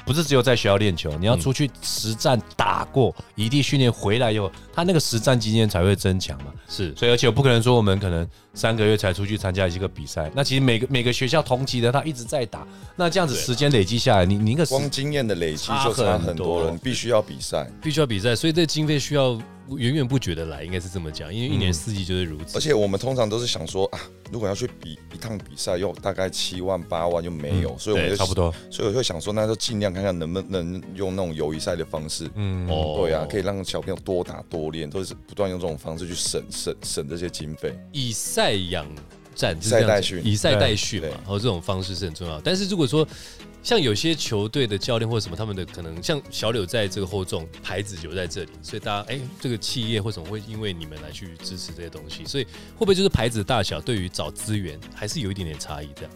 C: 不是只有在学校练球，你
B: 嗯
C: 要出去实战打过一地训练回来以后，他那个实战经验才会增强嘛。
B: 是
C: 所以，而且我不可能说我们可能三个月才出去参加一个比赛，那其实每个每个学校同级的他一直在打，那这样
B: 啊
C: 子时间累积下来，你你那个时
A: 光经验的累积就
C: 差
A: 差
C: 很
A: 很
C: 多
A: 多了，你必须要比赛，
B: 必须要比赛，所以这经费需要源源不绝的来，应该是这么讲，因为一年四季就是如此。
A: 而且我们通常都是想说啊，如果要去比一趟比赛，要大概七万八万就没有，所以我们
B: 对
A: 就
C: 差不多，
A: 所以我就想说，那就尽量看看能不能用那种友谊赛的方式。
C: 嗯，
B: 哦
A: 对啊，可以让小朋友多打多练，都是不断用这种方式去省省省这些经费。
B: 以赛养战，是这
A: 以赛
B: 样
A: 代
B: 子
A: 训
B: 以赛代训嘛
A: 对，
B: 然后这种方式是很重要。但是如果说像有些球队的教练或者什么，他们的可能像小柳在这个厚重，牌子留在这里，所以大家哎、这个企业或什么会因为你们来去支持这些东西，所以会不会就是牌子的大小对于找资源还是有一点点差异这样？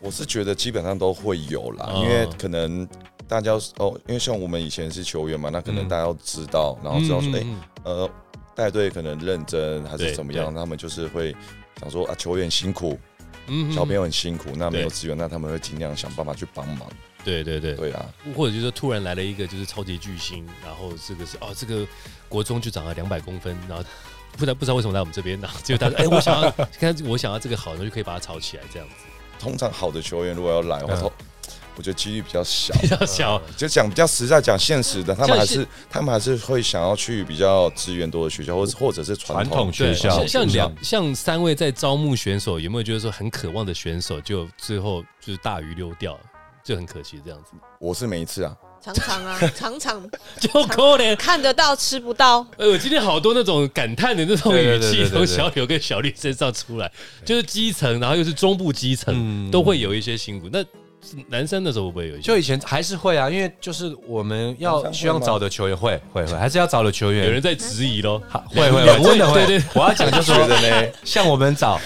A: 我是觉得基本上都会有啦，
B: 哦
A: 因为可能大家哦，因为像我们以前是球员嘛，那可能大家要知道，然后知道说，哎、
B: 嗯
A: 呃，带队可能认真还
B: 对
A: 是怎么样，他们就是会想说啊，球员辛苦，
B: 嗯
A: 哎小朋
B: 友，
A: 友很辛苦，那没有
B: 对
A: 资源，那他们会尽量想办法去帮忙。
B: 对对对，
A: 对啊，
B: 或者就是说突然来了一个就是超级巨星，然后这个是哦，这个国中就长了两百公分，然后 [laughs] 不知道不知道为什么来我们这边，然后就
C: [laughs]
B: 他说，哎、我想要，看我想要这个好，然后就可以把它炒起来，这样子
C: [laughs]
A: 通常好的球员如果要来，我
C: 嗯
A: 说、我觉得几率比较小。
B: 比较小，
C: 呃
A: 就讲比较实在，讲现实的，他
B: 像
A: 们还是
B: 是
A: 他们还是会想要去比较资源多的学校，或或者是传
C: 传统
A: 统
C: 学校
B: 像像
C: 学校
B: 两像三位在招募选手，有没有觉得说很渴望的选手，就最后就是大鱼溜掉，就很可惜这
C: [laughs]
B: 样子，
A: 我是每一次啊，
D: 常常啊， [laughs] 常常
B: 就可怜。
D: 看得到吃不到，
B: 哎，我今天好多那种感叹的那种
C: 对对
B: 语
C: 对
B: 气
C: 对对
B: 从
C: 对
B: 小柳跟小绿身上出来，就是基层，然后又是中部基层，
C: 嗯
B: 都会有一些辛苦。那男生的时候会不会有一些？
C: 就以前还是会啊，因为就是我们
A: 晚上
C: 要
A: 会
C: 希望
A: 吗
C: 找的球员会会会，还是要找的球员
B: 有人在质疑咯，
C: 会会
B: 两
C: 会
B: 位
C: 真的会。
B: 对对
C: 我要讲就是
B: [laughs]
A: 觉
C: 说，
A: 得呢，
C: 像我们找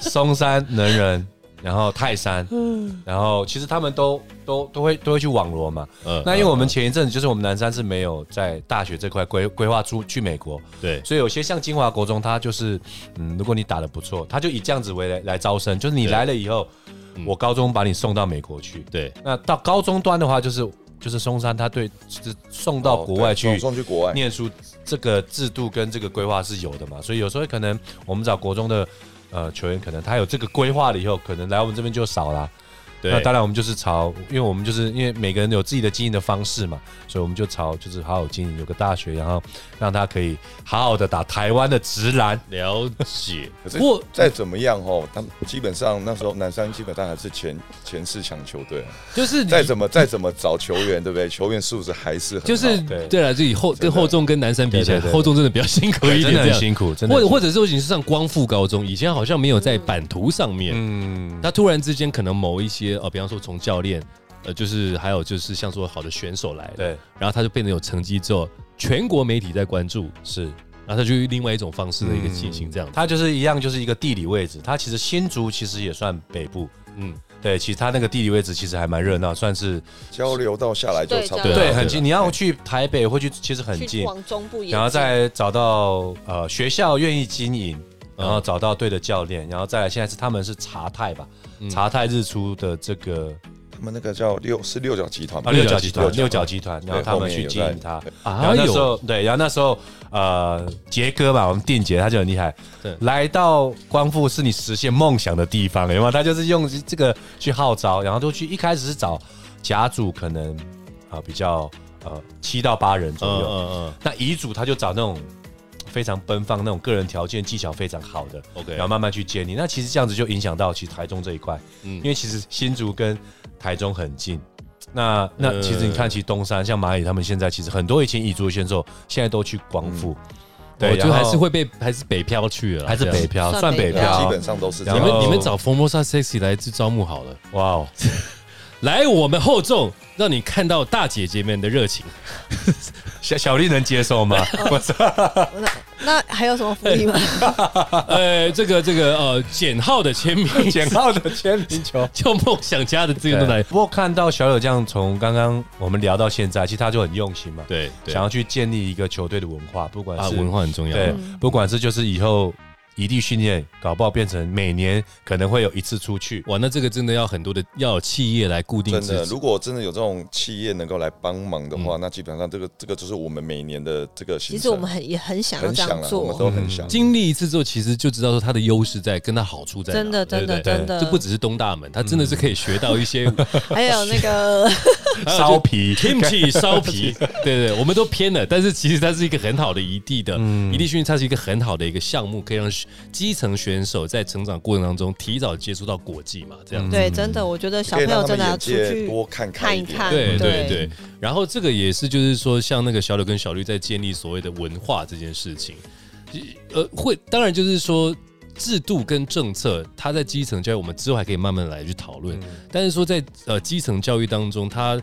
C: 松山能人，然后泰山，
B: 嗯
D: 嗯
C: 然后其实他们都都都会都会去网罗嘛。
B: 嗯
C: 那因为我们前一阵子就是我们南山是没有在大学这块规规划出去美国，
B: 呃对
C: 所以有些像金华国中，他就是嗯，如果你打得不错，他就以这样子为来来招生，就是你
B: 对嗯
C: 来了以后，我高中把你送到美国去。
B: 对
C: 那到高中端的话，就是就是松山，他对就是送到国外去
A: 哦对送去国外，
C: 念书这个制度跟这个规划是有的嘛，所以有时候可能我们找国中的呃球员，可能他有这个规划了以后，可能来我们这边就少啦。
B: 对，
C: 那当然我们就是朝，因为我们就是因为每个人有自己的经营的方式嘛，所以我们就朝就是好好经营，有个大学，然后让他可以好好的打台湾的直男。
B: 了
C: [laughs]
B: 解。
A: 可是
B: 不过
A: 再怎么样哦，他们基本上那时候南山基本上还是前前四强球队啊，
B: 就是你
A: 再怎么再怎么找球员，对不对？球员素质还是很好
B: 就是
C: 哦对
B: 对了，就以后跟
A: 真的
B: 厚重跟南山比起来，
C: 对对对哎
B: 厚重真的比较辛苦一点，
C: 真的
B: 这
C: 很
B: 样
C: 辛苦，真的
B: 或
C: 很
B: 者
C: 辛苦。
B: 或者是你是上光复高中，以前好像没有在版图上面，
C: 嗯，
B: 他突然之间可能某一些呃，比方说从教练，呃，就是还有就是像说好的选手来了，
C: 对，
B: 然后他就变得有成绩之后，全国媒体在关注，
C: 是
B: 然后他就用另外一种方式的一个进行这样子。
C: 他就是一样，就是一个地理位置。他其实新竹其实也算北部，
B: 嗯，
C: 对，其实他那个地理位置其实还蛮热闹，算是
A: 交流到下来就
D: 对
A: 差不
D: 交
A: 多
D: 流
A: 了，
C: 对，
B: 啊
C: 很
B: 对
C: 近。
B: 啊
C: 你要去台北或去，其实很
D: 去
C: 近，
D: 往中部也
C: 然后
D: 近
C: 再找到呃学校愿意经营，然后找到对的教练，然后再来现在是他们是茶太吧，茶太日出的这个
A: 他们那个叫六是六角集团
C: 啊
A: 吧，
C: 六角集团，六
A: 六
C: 角
A: 角
C: 集团，
A: 对
C: 然后他
A: 后
C: 们
A: 面
C: 去
A: 有
C: 经
A: 在
C: 营它。然
B: 啊
C: 后那时候对，然后那时候呃杰哥嘛，我们定杰他就很厉害
B: 对，
C: 来到光复是你实现梦想的地方，有没有？他就是用这个去号召，然后都去一开始是找甲组可能啊、呃比较呃七到八人左
B: 嗯
C: 右，
B: 嗯
C: 那乙组他就找那种非常奔放、那种个人条件、技巧非常好的，
B: 嗯，OK，
C: 然后慢慢去建立。那其实这样子就影响到其实台中这一块，
B: 嗯
C: 因为其实新竹跟台中很近。那那
B: 呃
C: 其实你看，其实东山像蚂蚁他们现在其实很多以前乙族的选手现在都去光复，
B: 嗯我就
C: 然后
B: 还是会被还是北漂去了啦，
C: 还是
B: 这样
C: 北。漂，
D: 算
C: 算北
D: 北
A: 对啊基
C: 漂
A: 本。上都是这
C: 然
B: 你
A: 样。
C: 后
B: 们你们找 Formosa Sexy 来自招募好了，
C: 哇哦， [laughs]
B: 来我们厚重，让你看
C: [laughs]
B: 到大姐姐们的热情。 [laughs]
C: 小小丽能接受吗？我操，
D: 我想哦那还有什么福利吗？
B: 呃，这个这个呃，简浩的签名，。
C: 简浩的签名球
B: [laughs] 就梦想家的资源都来
C: 对，不过看到小柳这样从刚刚我们聊到现在，其实他就很用心嘛，
B: 对对
C: 想要去建立一个球队的文化，不管
B: 啊，
C: 是
B: 文化很重要。
C: 对，
D: 嗯
C: 不管是就是以后异地训练，搞不好变成每年可能会有一次出去。
B: 哇，那这个真的要很多的要有企业来固定嗯
A: 真
B: 自
A: 的，
B: 己
A: 如果真的有这种企业能够来帮忙的话，那基本上这个这个就是我们每年的这个行程。
D: 其实我们很也很想要
A: 很
D: 这
A: 想
D: 样
A: 了，我们
D: 做，
A: 都很想。
B: 经历一次之后，其实就知道说它的优势在，跟它好处在哪。
D: 真的
B: 对
D: 真的
B: 不对
D: 真的嗯
B: 这不只是东大门，它真的是可以学到一些
C: [laughs]
B: 呃
D: [laughs] 还有那个
C: 烧皮 [laughs]
B: kimchi 烧皮。对对，我们都偏了，但是其实它是一个很好的一地的
C: 嗯
B: 一地训练，它是一个很好的一个项目，可以让基层选手在成长过程当中提早接触到国际嘛，这样子。
D: 对，真的，我觉得小
A: 可以
D: 朋友
A: 让他
D: 真的
A: 们
D: 要
A: 眼
D: 出
A: 界
D: 去
A: 多看
D: 看
A: 一
D: 一
A: 点
D: 看，
B: 对对
D: 对
B: 对，然后这个也是，就是说，像那个小柳跟小绿在建立所谓的文化这件事情，呃，会当然就是说制度跟政策，它在基层教育，我们之后还可以慢慢来去讨
C: 嗯
B: 论。但是说在呃基层教育当中，它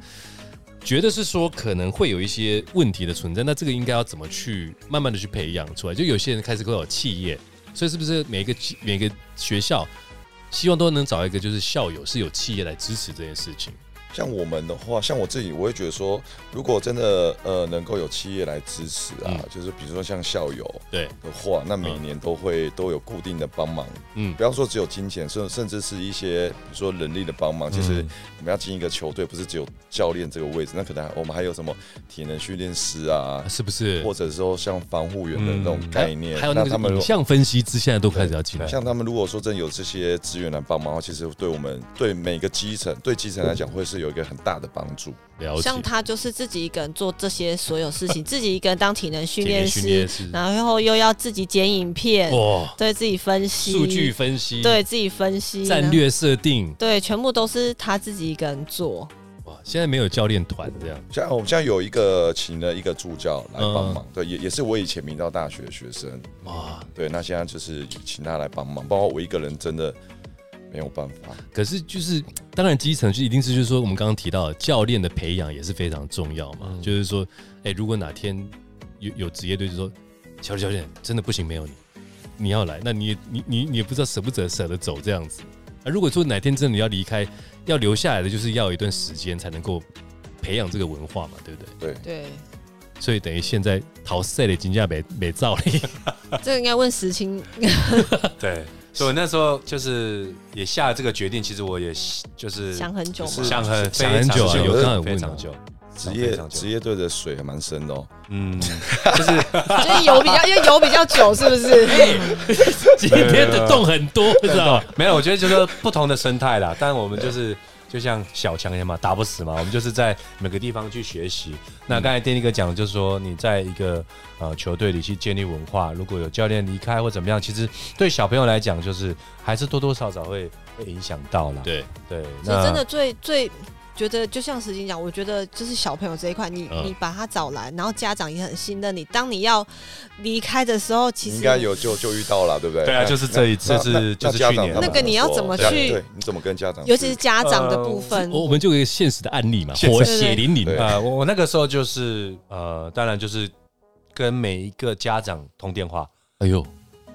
B: 觉得是说可能会有一些问题的存在，那这个应该要怎么去慢慢的去培养出来？就有些人开始会有企业，所以是不是每一个企每个学校？希望都能找一个就是校友是有企业来支持这件事情，
A: 像我们的话，像我自己，我会觉得说，如果真的呃能够有企业来支持啊，
B: 嗯
A: 就是比如说像校友
B: 对，
A: 的话，那每年都会、都有固定的帮忙，
B: 嗯
A: 不要说只有金钱，甚甚至是一些比如说人力的帮忙。
B: 嗯
A: 其实我们要进一个球队，不是只有教练这个位置，那可能还我们还有什么体能训练师啊
B: 啊，是不是？
A: 或者说像防护员的那种
B: 还
A: 嗯
B: 有
A: 概念，
B: 嗯还有那
A: 那他
B: 个
A: 们如
B: 影像分析师，现在都开始要进来。
A: 像他们如果说真的有这些资源来帮忙的话，其实对我们对每个基层对基层来讲会是有一个很大的帮助。
B: 了解，
D: 像他就是自己一个人做这些所有事情，自己一个人当体能训练
B: 训
D: 师
B: 练，师，
D: 然后又要自己剪影片，
B: 哇，
D: 对自己分析
B: 哦数据，分析，
D: 对，自己分析
B: 战，略设定，
D: 对，全部都是他自己一个人做。
B: 哇，现在没有教练团这样，
A: 像我们现在有一个请了一个助教来帮忙，对，也也是我以前明道大学的学生，
B: 哇，
A: 对，那现在就是请他来帮忙，包括我一个人真的没有办法。
B: 可是就是，当然基层是一定是就是说，我们刚刚提到的教练的培养也是非常重要
C: 嗯
B: 嘛。就是说，哎、如果哪天有有职业队就说，小李教练真的不行，没有你，你要来，那你也你你你也不知道舍不舍舍得走这样子。啊，如果说哪天真的要离开，要留下来的，就是要有一段时间才能够培养这个文化嘛，对不对？
A: 对，
D: 对，
B: 所以等于现在淘赛的金价没没造
C: [laughs]
B: 了，
D: 这个应该问石青。
C: 对，所以我那时候就是也下了这个决定，其实我也就是
D: 想很久
A: 吗
C: 想很
B: 想很久啊
C: 非常
A: 有刚
B: 刚有
C: 非
B: 问
C: 常
B: 啊
C: 久，
A: 职业
C: 非常久
A: 职业队的水还蛮深的哦，
C: 嗯，就是
D: 就是游比较， [laughs] 因为游比较久，是不是？
B: 今天的洞很多，知道吧？
C: 没有，我觉得就是不同的生态啦。但我
B: [laughs]
C: 们就是就像小强一样嘛，打不死嘛。我们就是在每个地方去学习。那
B: 嗯
C: 刚才电力哥讲，就是说你在一个呃球队里去建立文化，如果有教练离开或怎么样，其实对小朋友来讲，就是还是多多少少会会影响到啦。
B: 对，
C: 对，
D: 所以
C: 那
D: 真的最最觉得，就像石青讲，我觉得就是小朋友这一块，你、
B: 嗯
D: 你把他找来，然后家长也很信任你。当你要离开的时候，其
A: 你应
D: 实
A: 该有就就遇到了，对不对？
C: 对啊，
A: 那
C: 就是这一次
A: 那
C: 是
A: 那
C: 就是
A: 家
C: 去
A: 长
C: 年
A: 他们
D: 那个你要怎么
A: 说
D: 去
A: 对，你怎么跟家长去？
D: 尤其是家长的部分，
C: 哦
B: 我我们就有一个现实的案例嘛，
C: 现实
B: 火血淋淋
A: 对
B: 啊，
C: 呃，我我那个时候就是呃，当然就是跟每一个家长通电话，
B: 哎呦，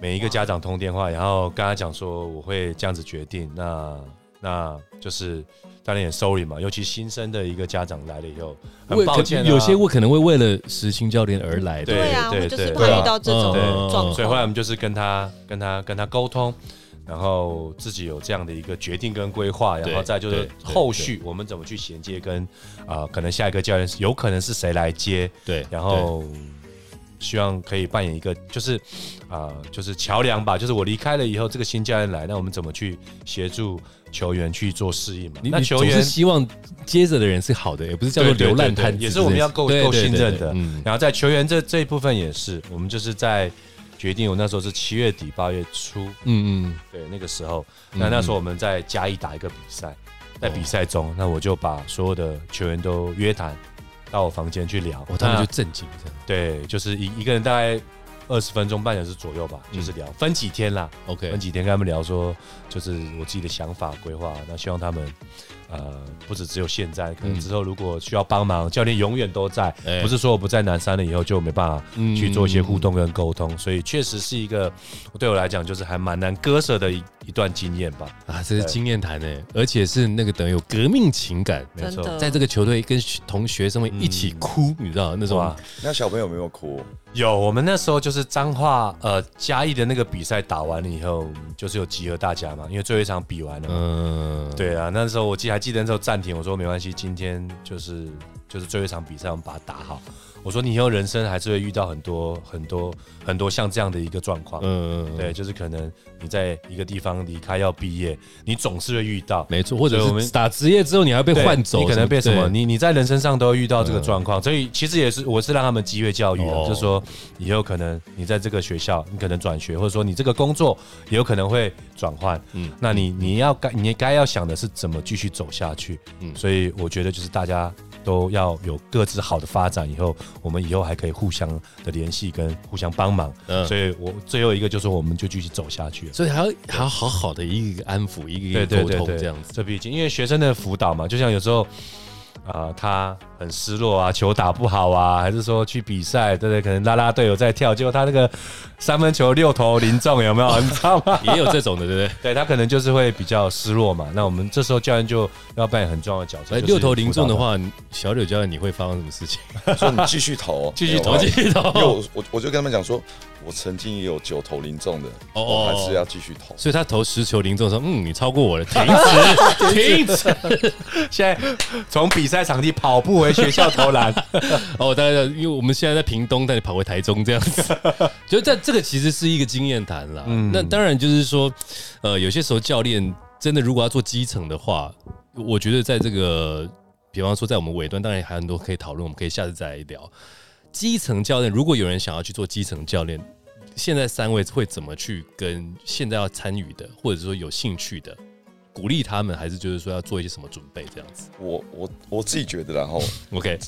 C: 每一个家长通电话，然后跟他讲说我会这样子决定，那那就是当然也 sorry 嘛，尤其新生的一个家长来了以后，很抱歉、啊，
B: 有些我可能会为了实青教练而来的，
C: 对
D: 啊，
C: 对
D: 我就是
C: 对
D: 怕
A: 对啊
D: 遇到这种
B: 嗯
D: 状况。
C: 所以后来我们就是跟他跟他跟他沟通，然后自己有这样的一个决定跟规划，然后
B: 对
C: 再就
B: 对
C: 是
B: 对
C: 后续我们怎么去衔接跟啊、呃可能下一个教练是有可能是谁来接，
B: 对，
C: 然后希望可以扮演一个就是啊、就是桥梁吧，就是我离开了以后，这个新教练来，那我们怎么去协助球员去做适应嘛
B: 对？你
C: 那
B: 你
C: 球
B: 总
C: 员
B: 是希望接着的人是好的，也不是叫做
C: 对对
B: 流浪
C: 对
B: 摊子，
C: 也是我们要够够
B: 对对
C: 信
B: 对
C: 任
B: 对对
C: 的
B: 嗯。
C: 然后在球员这这一部分也是，我们就是在决定，我那时候是七月底八月初，
B: 嗯嗯，
C: 对那个时候，那那时候我们在嘉义打一个比赛，在比赛
B: 哦
C: 中，那我就把所有的球员都约谈到我房间去聊，
B: 我当时
C: 那
B: 哦就震惊这样
C: 对，就是一一个人大概二十分钟、半小时左右吧，就是
B: 嗯
C: 聊、分几天啦，
B: ，OK，
C: 分几天跟他们聊说，就是我自己的想法、规划，那希望他们呃，不止只有现在，可能之后如果需要帮忙，教练永远都在，
B: 哎
C: 不是说我不在南山了以后就没办法去做一些互动跟沟通，所以确实是一个嗯对我来讲就是还蛮难割舍的一一段经验吧。
B: 啊，这是经验谈诶，而且是那个等于有革命情感，
C: 没
D: 真
C: 错
D: 的，
B: 在这个球队跟学同学生们一起哭，你知道那种
C: 嗯哇
A: 那小朋友有没有哭？
C: 啊有，我们那时候就是彰化呃嘉义的那个比赛打完了以后，就是有集合大家嘛，因为最后一场比完了嘛，
B: 嗯，
C: 对啊，那时候我记得还记得那时候暂停，我说没关系，今天就是就是最后一场比赛，我们把它打好。我说你以后人生还是会遇到很多很多很多像这样的一个状况，
B: 嗯，
C: 对，就是可能你在一个地方离开要毕业，你总是会遇到。
B: 没错，或者
C: 所以
B: 我
C: 我
B: 们
C: 们
B: 打职业之后你还被
C: 对
B: 换走，
C: 你可能被什么？
B: 对嗯
C: 你你在人生上都会遇到这个状况，所以其实也是我是让他们机会教育
B: 哦
C: 了，就是说以后可能你在这个学校，你可能转学，或者说你这个工作也有可能会转换，
B: 嗯
C: 嗯，那你你要该你该要想的是怎么继续走下去，
B: 嗯
C: 嗯，所以我觉得就是大家都要有各自好的发展，以后我们以后还可以互相的联系跟互相帮忙，
B: 嗯
C: 所以我最后一个就是我们就继续走下去了。
B: 所以还要还要好好的一个安抚，一个一个沟通这 [laughs] 样子。
C: 这毕竟因为学生的辅导嘛，就像有时候啊、呃他很失落啊，球打不好啊，还是说去比赛，对不对？可能拉拉队友在跳，结果他那个三分球六投零中，有没有？ [laughs] 你知道吗？
B: 也有这种的，对不
C: 对他可能就是会比较失落嘛。那我们这时候教练就要扮演很重要的角色。
B: 对？哎，
C: 就是
B: 六头零中的
C: 辅导
B: 话，小柳教练你会发生什么事情？
A: 说你继续投，
B: [laughs] 继续投，
A: 没有
B: 继续投。
A: 因为我我我就跟他们讲说，我曾经也有九投零中的，
B: 哦
A: 我还是要继续投。
B: 所以他投十球零中说：“嗯，你超过我了， [laughs] 停止，停止。
C: 他，现在从比赛场地跑步回学校投篮，”
B: 哦，大家，因为我们现在在屏东，但你跑回台中这样子，就在这个其实是一个经验谈啦。
C: 嗯
B: 那当然就是说，呃，有些时候教练真的如果要做基层的话，我觉得在这个，比方说在我们尾端，当然还有很多可以讨论，我们可以下次再来聊。基层教练，如果有人想要去做基层教练，现在三位会怎么去跟现在要参与的，或者说有兴趣的，鼓励他们，还是就是说要做一些什么准备这样子
A: 我我我自己觉得啦，
B: [laughs]
A: 然后
B: ？OK，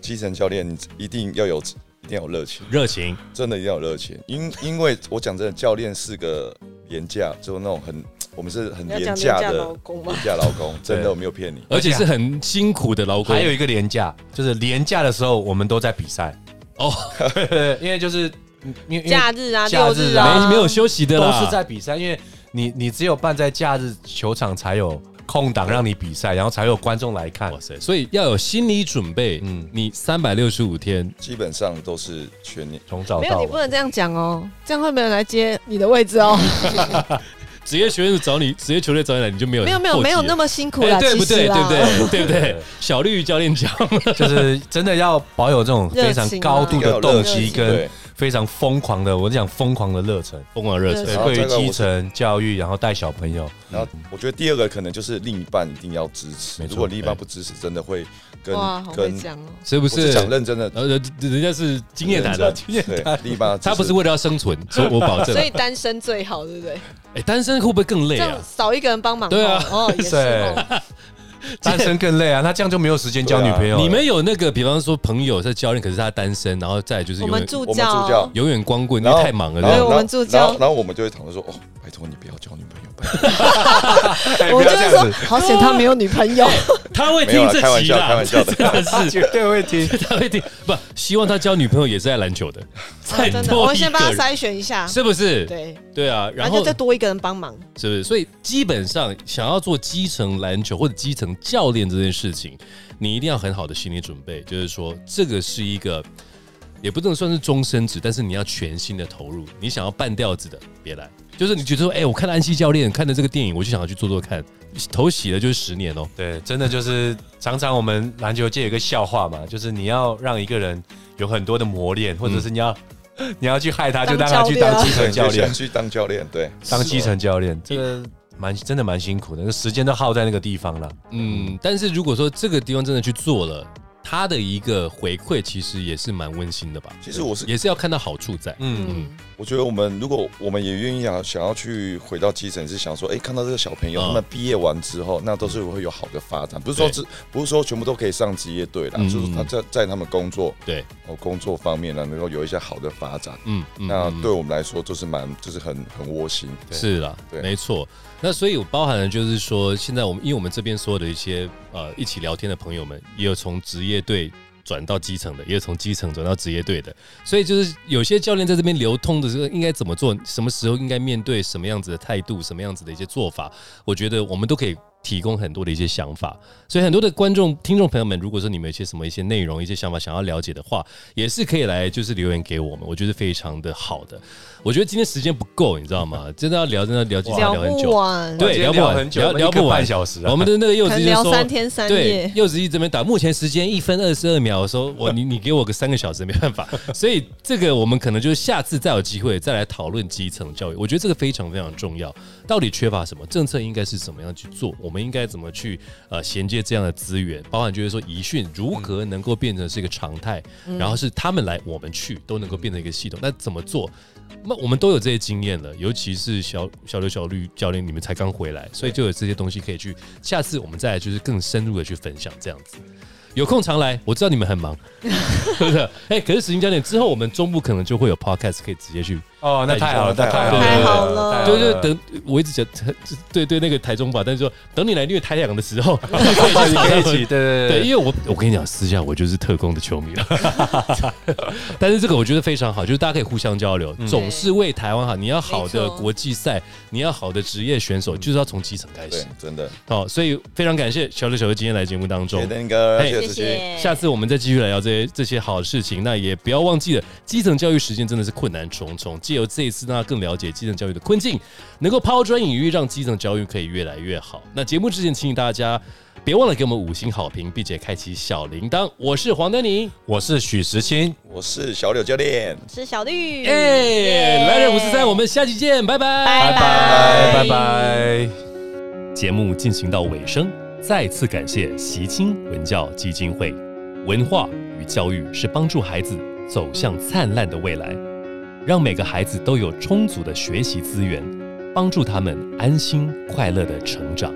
A: 基层教练一定要有一定要有热情，
B: 热情，
A: 真的一定要有热情。因因为我讲真的，教练是个廉价，就那种很我们是很
D: 要
A: 廉
D: 讲
A: 价
D: 廉价
A: 的
D: 劳工吗
A: 廉价劳工，
B: [laughs]
A: 真
C: 对
A: 的我没有骗你。
B: 而且是很辛苦的劳工。
C: 还有一个廉价，就是廉价的时候我们都在比赛 [laughs]
B: 哦，
C: 因为就是嗯因为因为
D: 假日啊、
C: 假
D: 六
C: 日
D: 日
C: 啊
D: 啊，
B: 没没有休息的
C: 都
B: 啦，
C: 是在比赛，因为你你只有办在假日球场才有空档让你比赛，然后才有观众来看
B: 哇。塞，所以要有心理准备。嗯
C: 嗯，
B: 你三百六十五天，
A: 基本上都是全年，
C: 从早
D: 没
C: 到
D: 有，你不
C: 晚，
D: 能这样讲哦，这样会没有人来接你的位置哦。
B: 职业学院找你，职业球队找你来，你就没有
D: 没有没有没有那
B: 么
D: 么辛苦啦，
B: 哎对不
D: 其
B: 对？
D: 实啦
A: [laughs]
B: 对不？对？对不对？小绿教练讲，
C: 就是真的要保有这种非常高度的动机
D: 热情啊
C: 跟
B: 嗯
A: 对，
C: 非常疯狂的，我讲疯狂的热忱，
B: 疯狂热
D: 对
B: 忱
A: 然后
C: 对于
A: 这个我
C: 基层教育，然后带小朋友，
A: 然后我觉得第二个可能就是另一半一定要支持，
B: 没错
A: 如果另一半不支持，真的会跟
D: 哇，好会
A: 跟
D: 讲哦。
B: 是不
A: 我
B: 是？
A: 讲认真的，
B: 呃，人人家是经验谈的
A: 认，真对，另一半要支持
B: 他不是为了要生存，所以我保证
D: 所。以单身最好，对不对？
B: 哎，单身会不会更累
D: 这样
B: 啊？
D: 少一个人帮忙，
B: 对啊
D: 哦，哦也
B: [laughs]
D: 是哦。
C: 单身更累啊，他这样就没有时间交女朋友了。
B: 你们有那个，比方说朋友在教练，可是他单身，然后再来就是
D: 我
B: 永
D: 们
B: 远
D: 助
A: 我们助
D: 教
A: 教，
B: 永远光棍，因
A: 然后
B: 为太忙了。
A: 然
B: 这样
A: 后
D: 对我们助教
A: 然后然后我们就会讨论说，哦，拜托你不要交女朋友，拜托
B: 哎
D: 我们就会说，好险他没有女朋友。
B: 他会
A: 没有啦
B: 听这
A: 开玩
B: 集
A: 笑开
B: 啦，
A: 玩笑
B: 真
A: 的
B: 的是
C: 绝对会听。
B: [laughs] 他会听，不希望他交女朋友也是在篮球的， [laughs] 再
D: 哦真的，
B: 多
D: 我们
B: 一个
D: 先帮他
B: 人，
D: 筛选一下，
B: 是不是？
D: 啊对，
B: 对啊，然
D: 然
B: 后
D: 后就再多一个人帮忙。
B: 是不是？所以基本上想要做基层篮球或者基层教练这件事情，你一定要很好的心理准备，就是说这个是一个。也不能算是终身制，但是你要全心的投入。你想要半吊子的，别来。就是你觉得说，哎、我看了安西教练，看了这个电影，我就想要去做做看。头洗了就是十年哦、
C: 对，真的就是常常我们篮球界有一个笑话嘛，就是你要让一个人有很多的磨练，或者是你要、你要去害他，就
D: 当
C: 让他去
D: 教练啊
C: 当基
A: 对
C: 层
A: 你
C: 教
A: 就
C: 练
A: 想，去当教练，对，
C: 当基层教练，这个蛮真的蛮辛苦的，那时间都耗在那个地方了。
B: 嗯，但是如果说这个地方真的去做了，他的一个回馈，其实也是蛮温馨的吧？
A: 其实我是
B: 也是要看到好处在。
C: 嗯，
D: 嗯，
A: 我觉得我们如果我们也愿意啊想想要去回到基层，是想说，哎、看到这个小朋友、
B: 嗯
A: 他们毕业完之后，那都是会有好的发展，不是说
B: 对
A: 只不是说全部都可以上职业队啦，
B: 嗯
A: 就是他在在他们工作
B: 对，
A: 哦工作方面呢，能够有一些好的发展，
B: 嗯，嗯
A: 那
B: 嗯
A: 对我们来说就是蛮就是很很窝心，
B: 是啦，
A: 啊对
B: 没错。那所以我包含了就是说，现在我们因为我们这边所有的一些呃一起聊天的朋友们，也有从职业队转到基层的，也有从基层转到职业队的，所以就是有些教练在这边流通的时候应该怎么做，什么时候应该面对什么样子的态度，什么样子的一些做法，我觉得我们都可以。提供很多的一些想法，所以很多的观众、听众朋友们，如果说你们有一些什么一些内容、一些想法想要了解的话，也是可以来就是留言给我们，我觉得非常的好的。我觉得今天时间不够，你知道
D: 嗯
B: 吗？真的要聊，真的要聊，今天要聊
D: 聊
B: 很
D: 不
B: 久。
D: 完，
B: 对
C: 今天
B: 聊不完
C: 很久，
B: 聊
C: 我们
B: 聊
C: 一个
B: 不完
C: 半小时啊，
B: 我们的那个柚
D: 可
B: 子
D: 能
B: 就
D: 聊
B: 说，
D: 三天三
B: 对
D: 夜，，
B: 柚子一直没打，目前时间一分二十二秒，说我你你给我个三个小时没办法， [laughs] 所以这个我们可能就是下次再有机会再来讨论基层教育，我觉得这个非常非常重要，到底缺乏什么，政策应该是怎么样去做，我们应该怎么去呃衔接这样的资源，包含就是说遗训如何能够变成是一个常态，然后是他们来我们去都能够变成一个系统，那怎么做？那我们都有这些经验了，尤其是小小刘、小绿教练，你们才刚回来，所以就有这些东西可以去。下次我们再来就是更深入的去分享，这样子。有空常来，我知道你们很忙， [laughs] 是不是？哎、可是实行教练之后，我们中部可能就会有 podcast 可以直接去，
C: 哦，那太好了，那太好了，
D: 太好了
C: 太
D: 呃
C: 好
B: 对
C: 了
B: 对，等我一直讲，对对，那个台中吧，但是说等你来虐台两的时候，
C: 你可以一起，对对
B: 对，
C: 对
B: 因为我我跟你讲，私下我就是特工的球迷了， [laughs] 但是这个我觉得非常好，就是大家可以互相交流，总是为台湾好。你要好的
D: 没错
B: 国际赛，你要好的职业选手，就是要从基层开
A: 对
B: 始。，
A: 真的，
B: 哦，所以非常感谢小刘小刘今天来节目当中
A: 谢谢。那个
B: 嘿
A: 谢谢
D: 谢
A: 子琪。
D: 谢，
B: 下次我们再继续来聊这些这些好的事情，那也不要忘记了，基层教育实践真的是困难重重。借由这一次，让大家更了解基层教育的困境，能够抛砖引玉，让基层教育可以越来越好。那节目之前，请大家别忘了给我们五星好评，并且开启小铃铛。我是黄丹妮，
C: 我是许时清，
A: 我是小柳教练，
D: 是小绿，
B: 哎、
D: 耶
B: 来人五十三，我们下期见，拜拜，
D: 拜拜
C: 拜拜。
B: 节目进行到尾声，再次感谢习清文教基金会。文化与教育是帮助孩子走向灿烂的未来，让每个孩子都有充足的学习资源，帮助他们安心快乐的成长。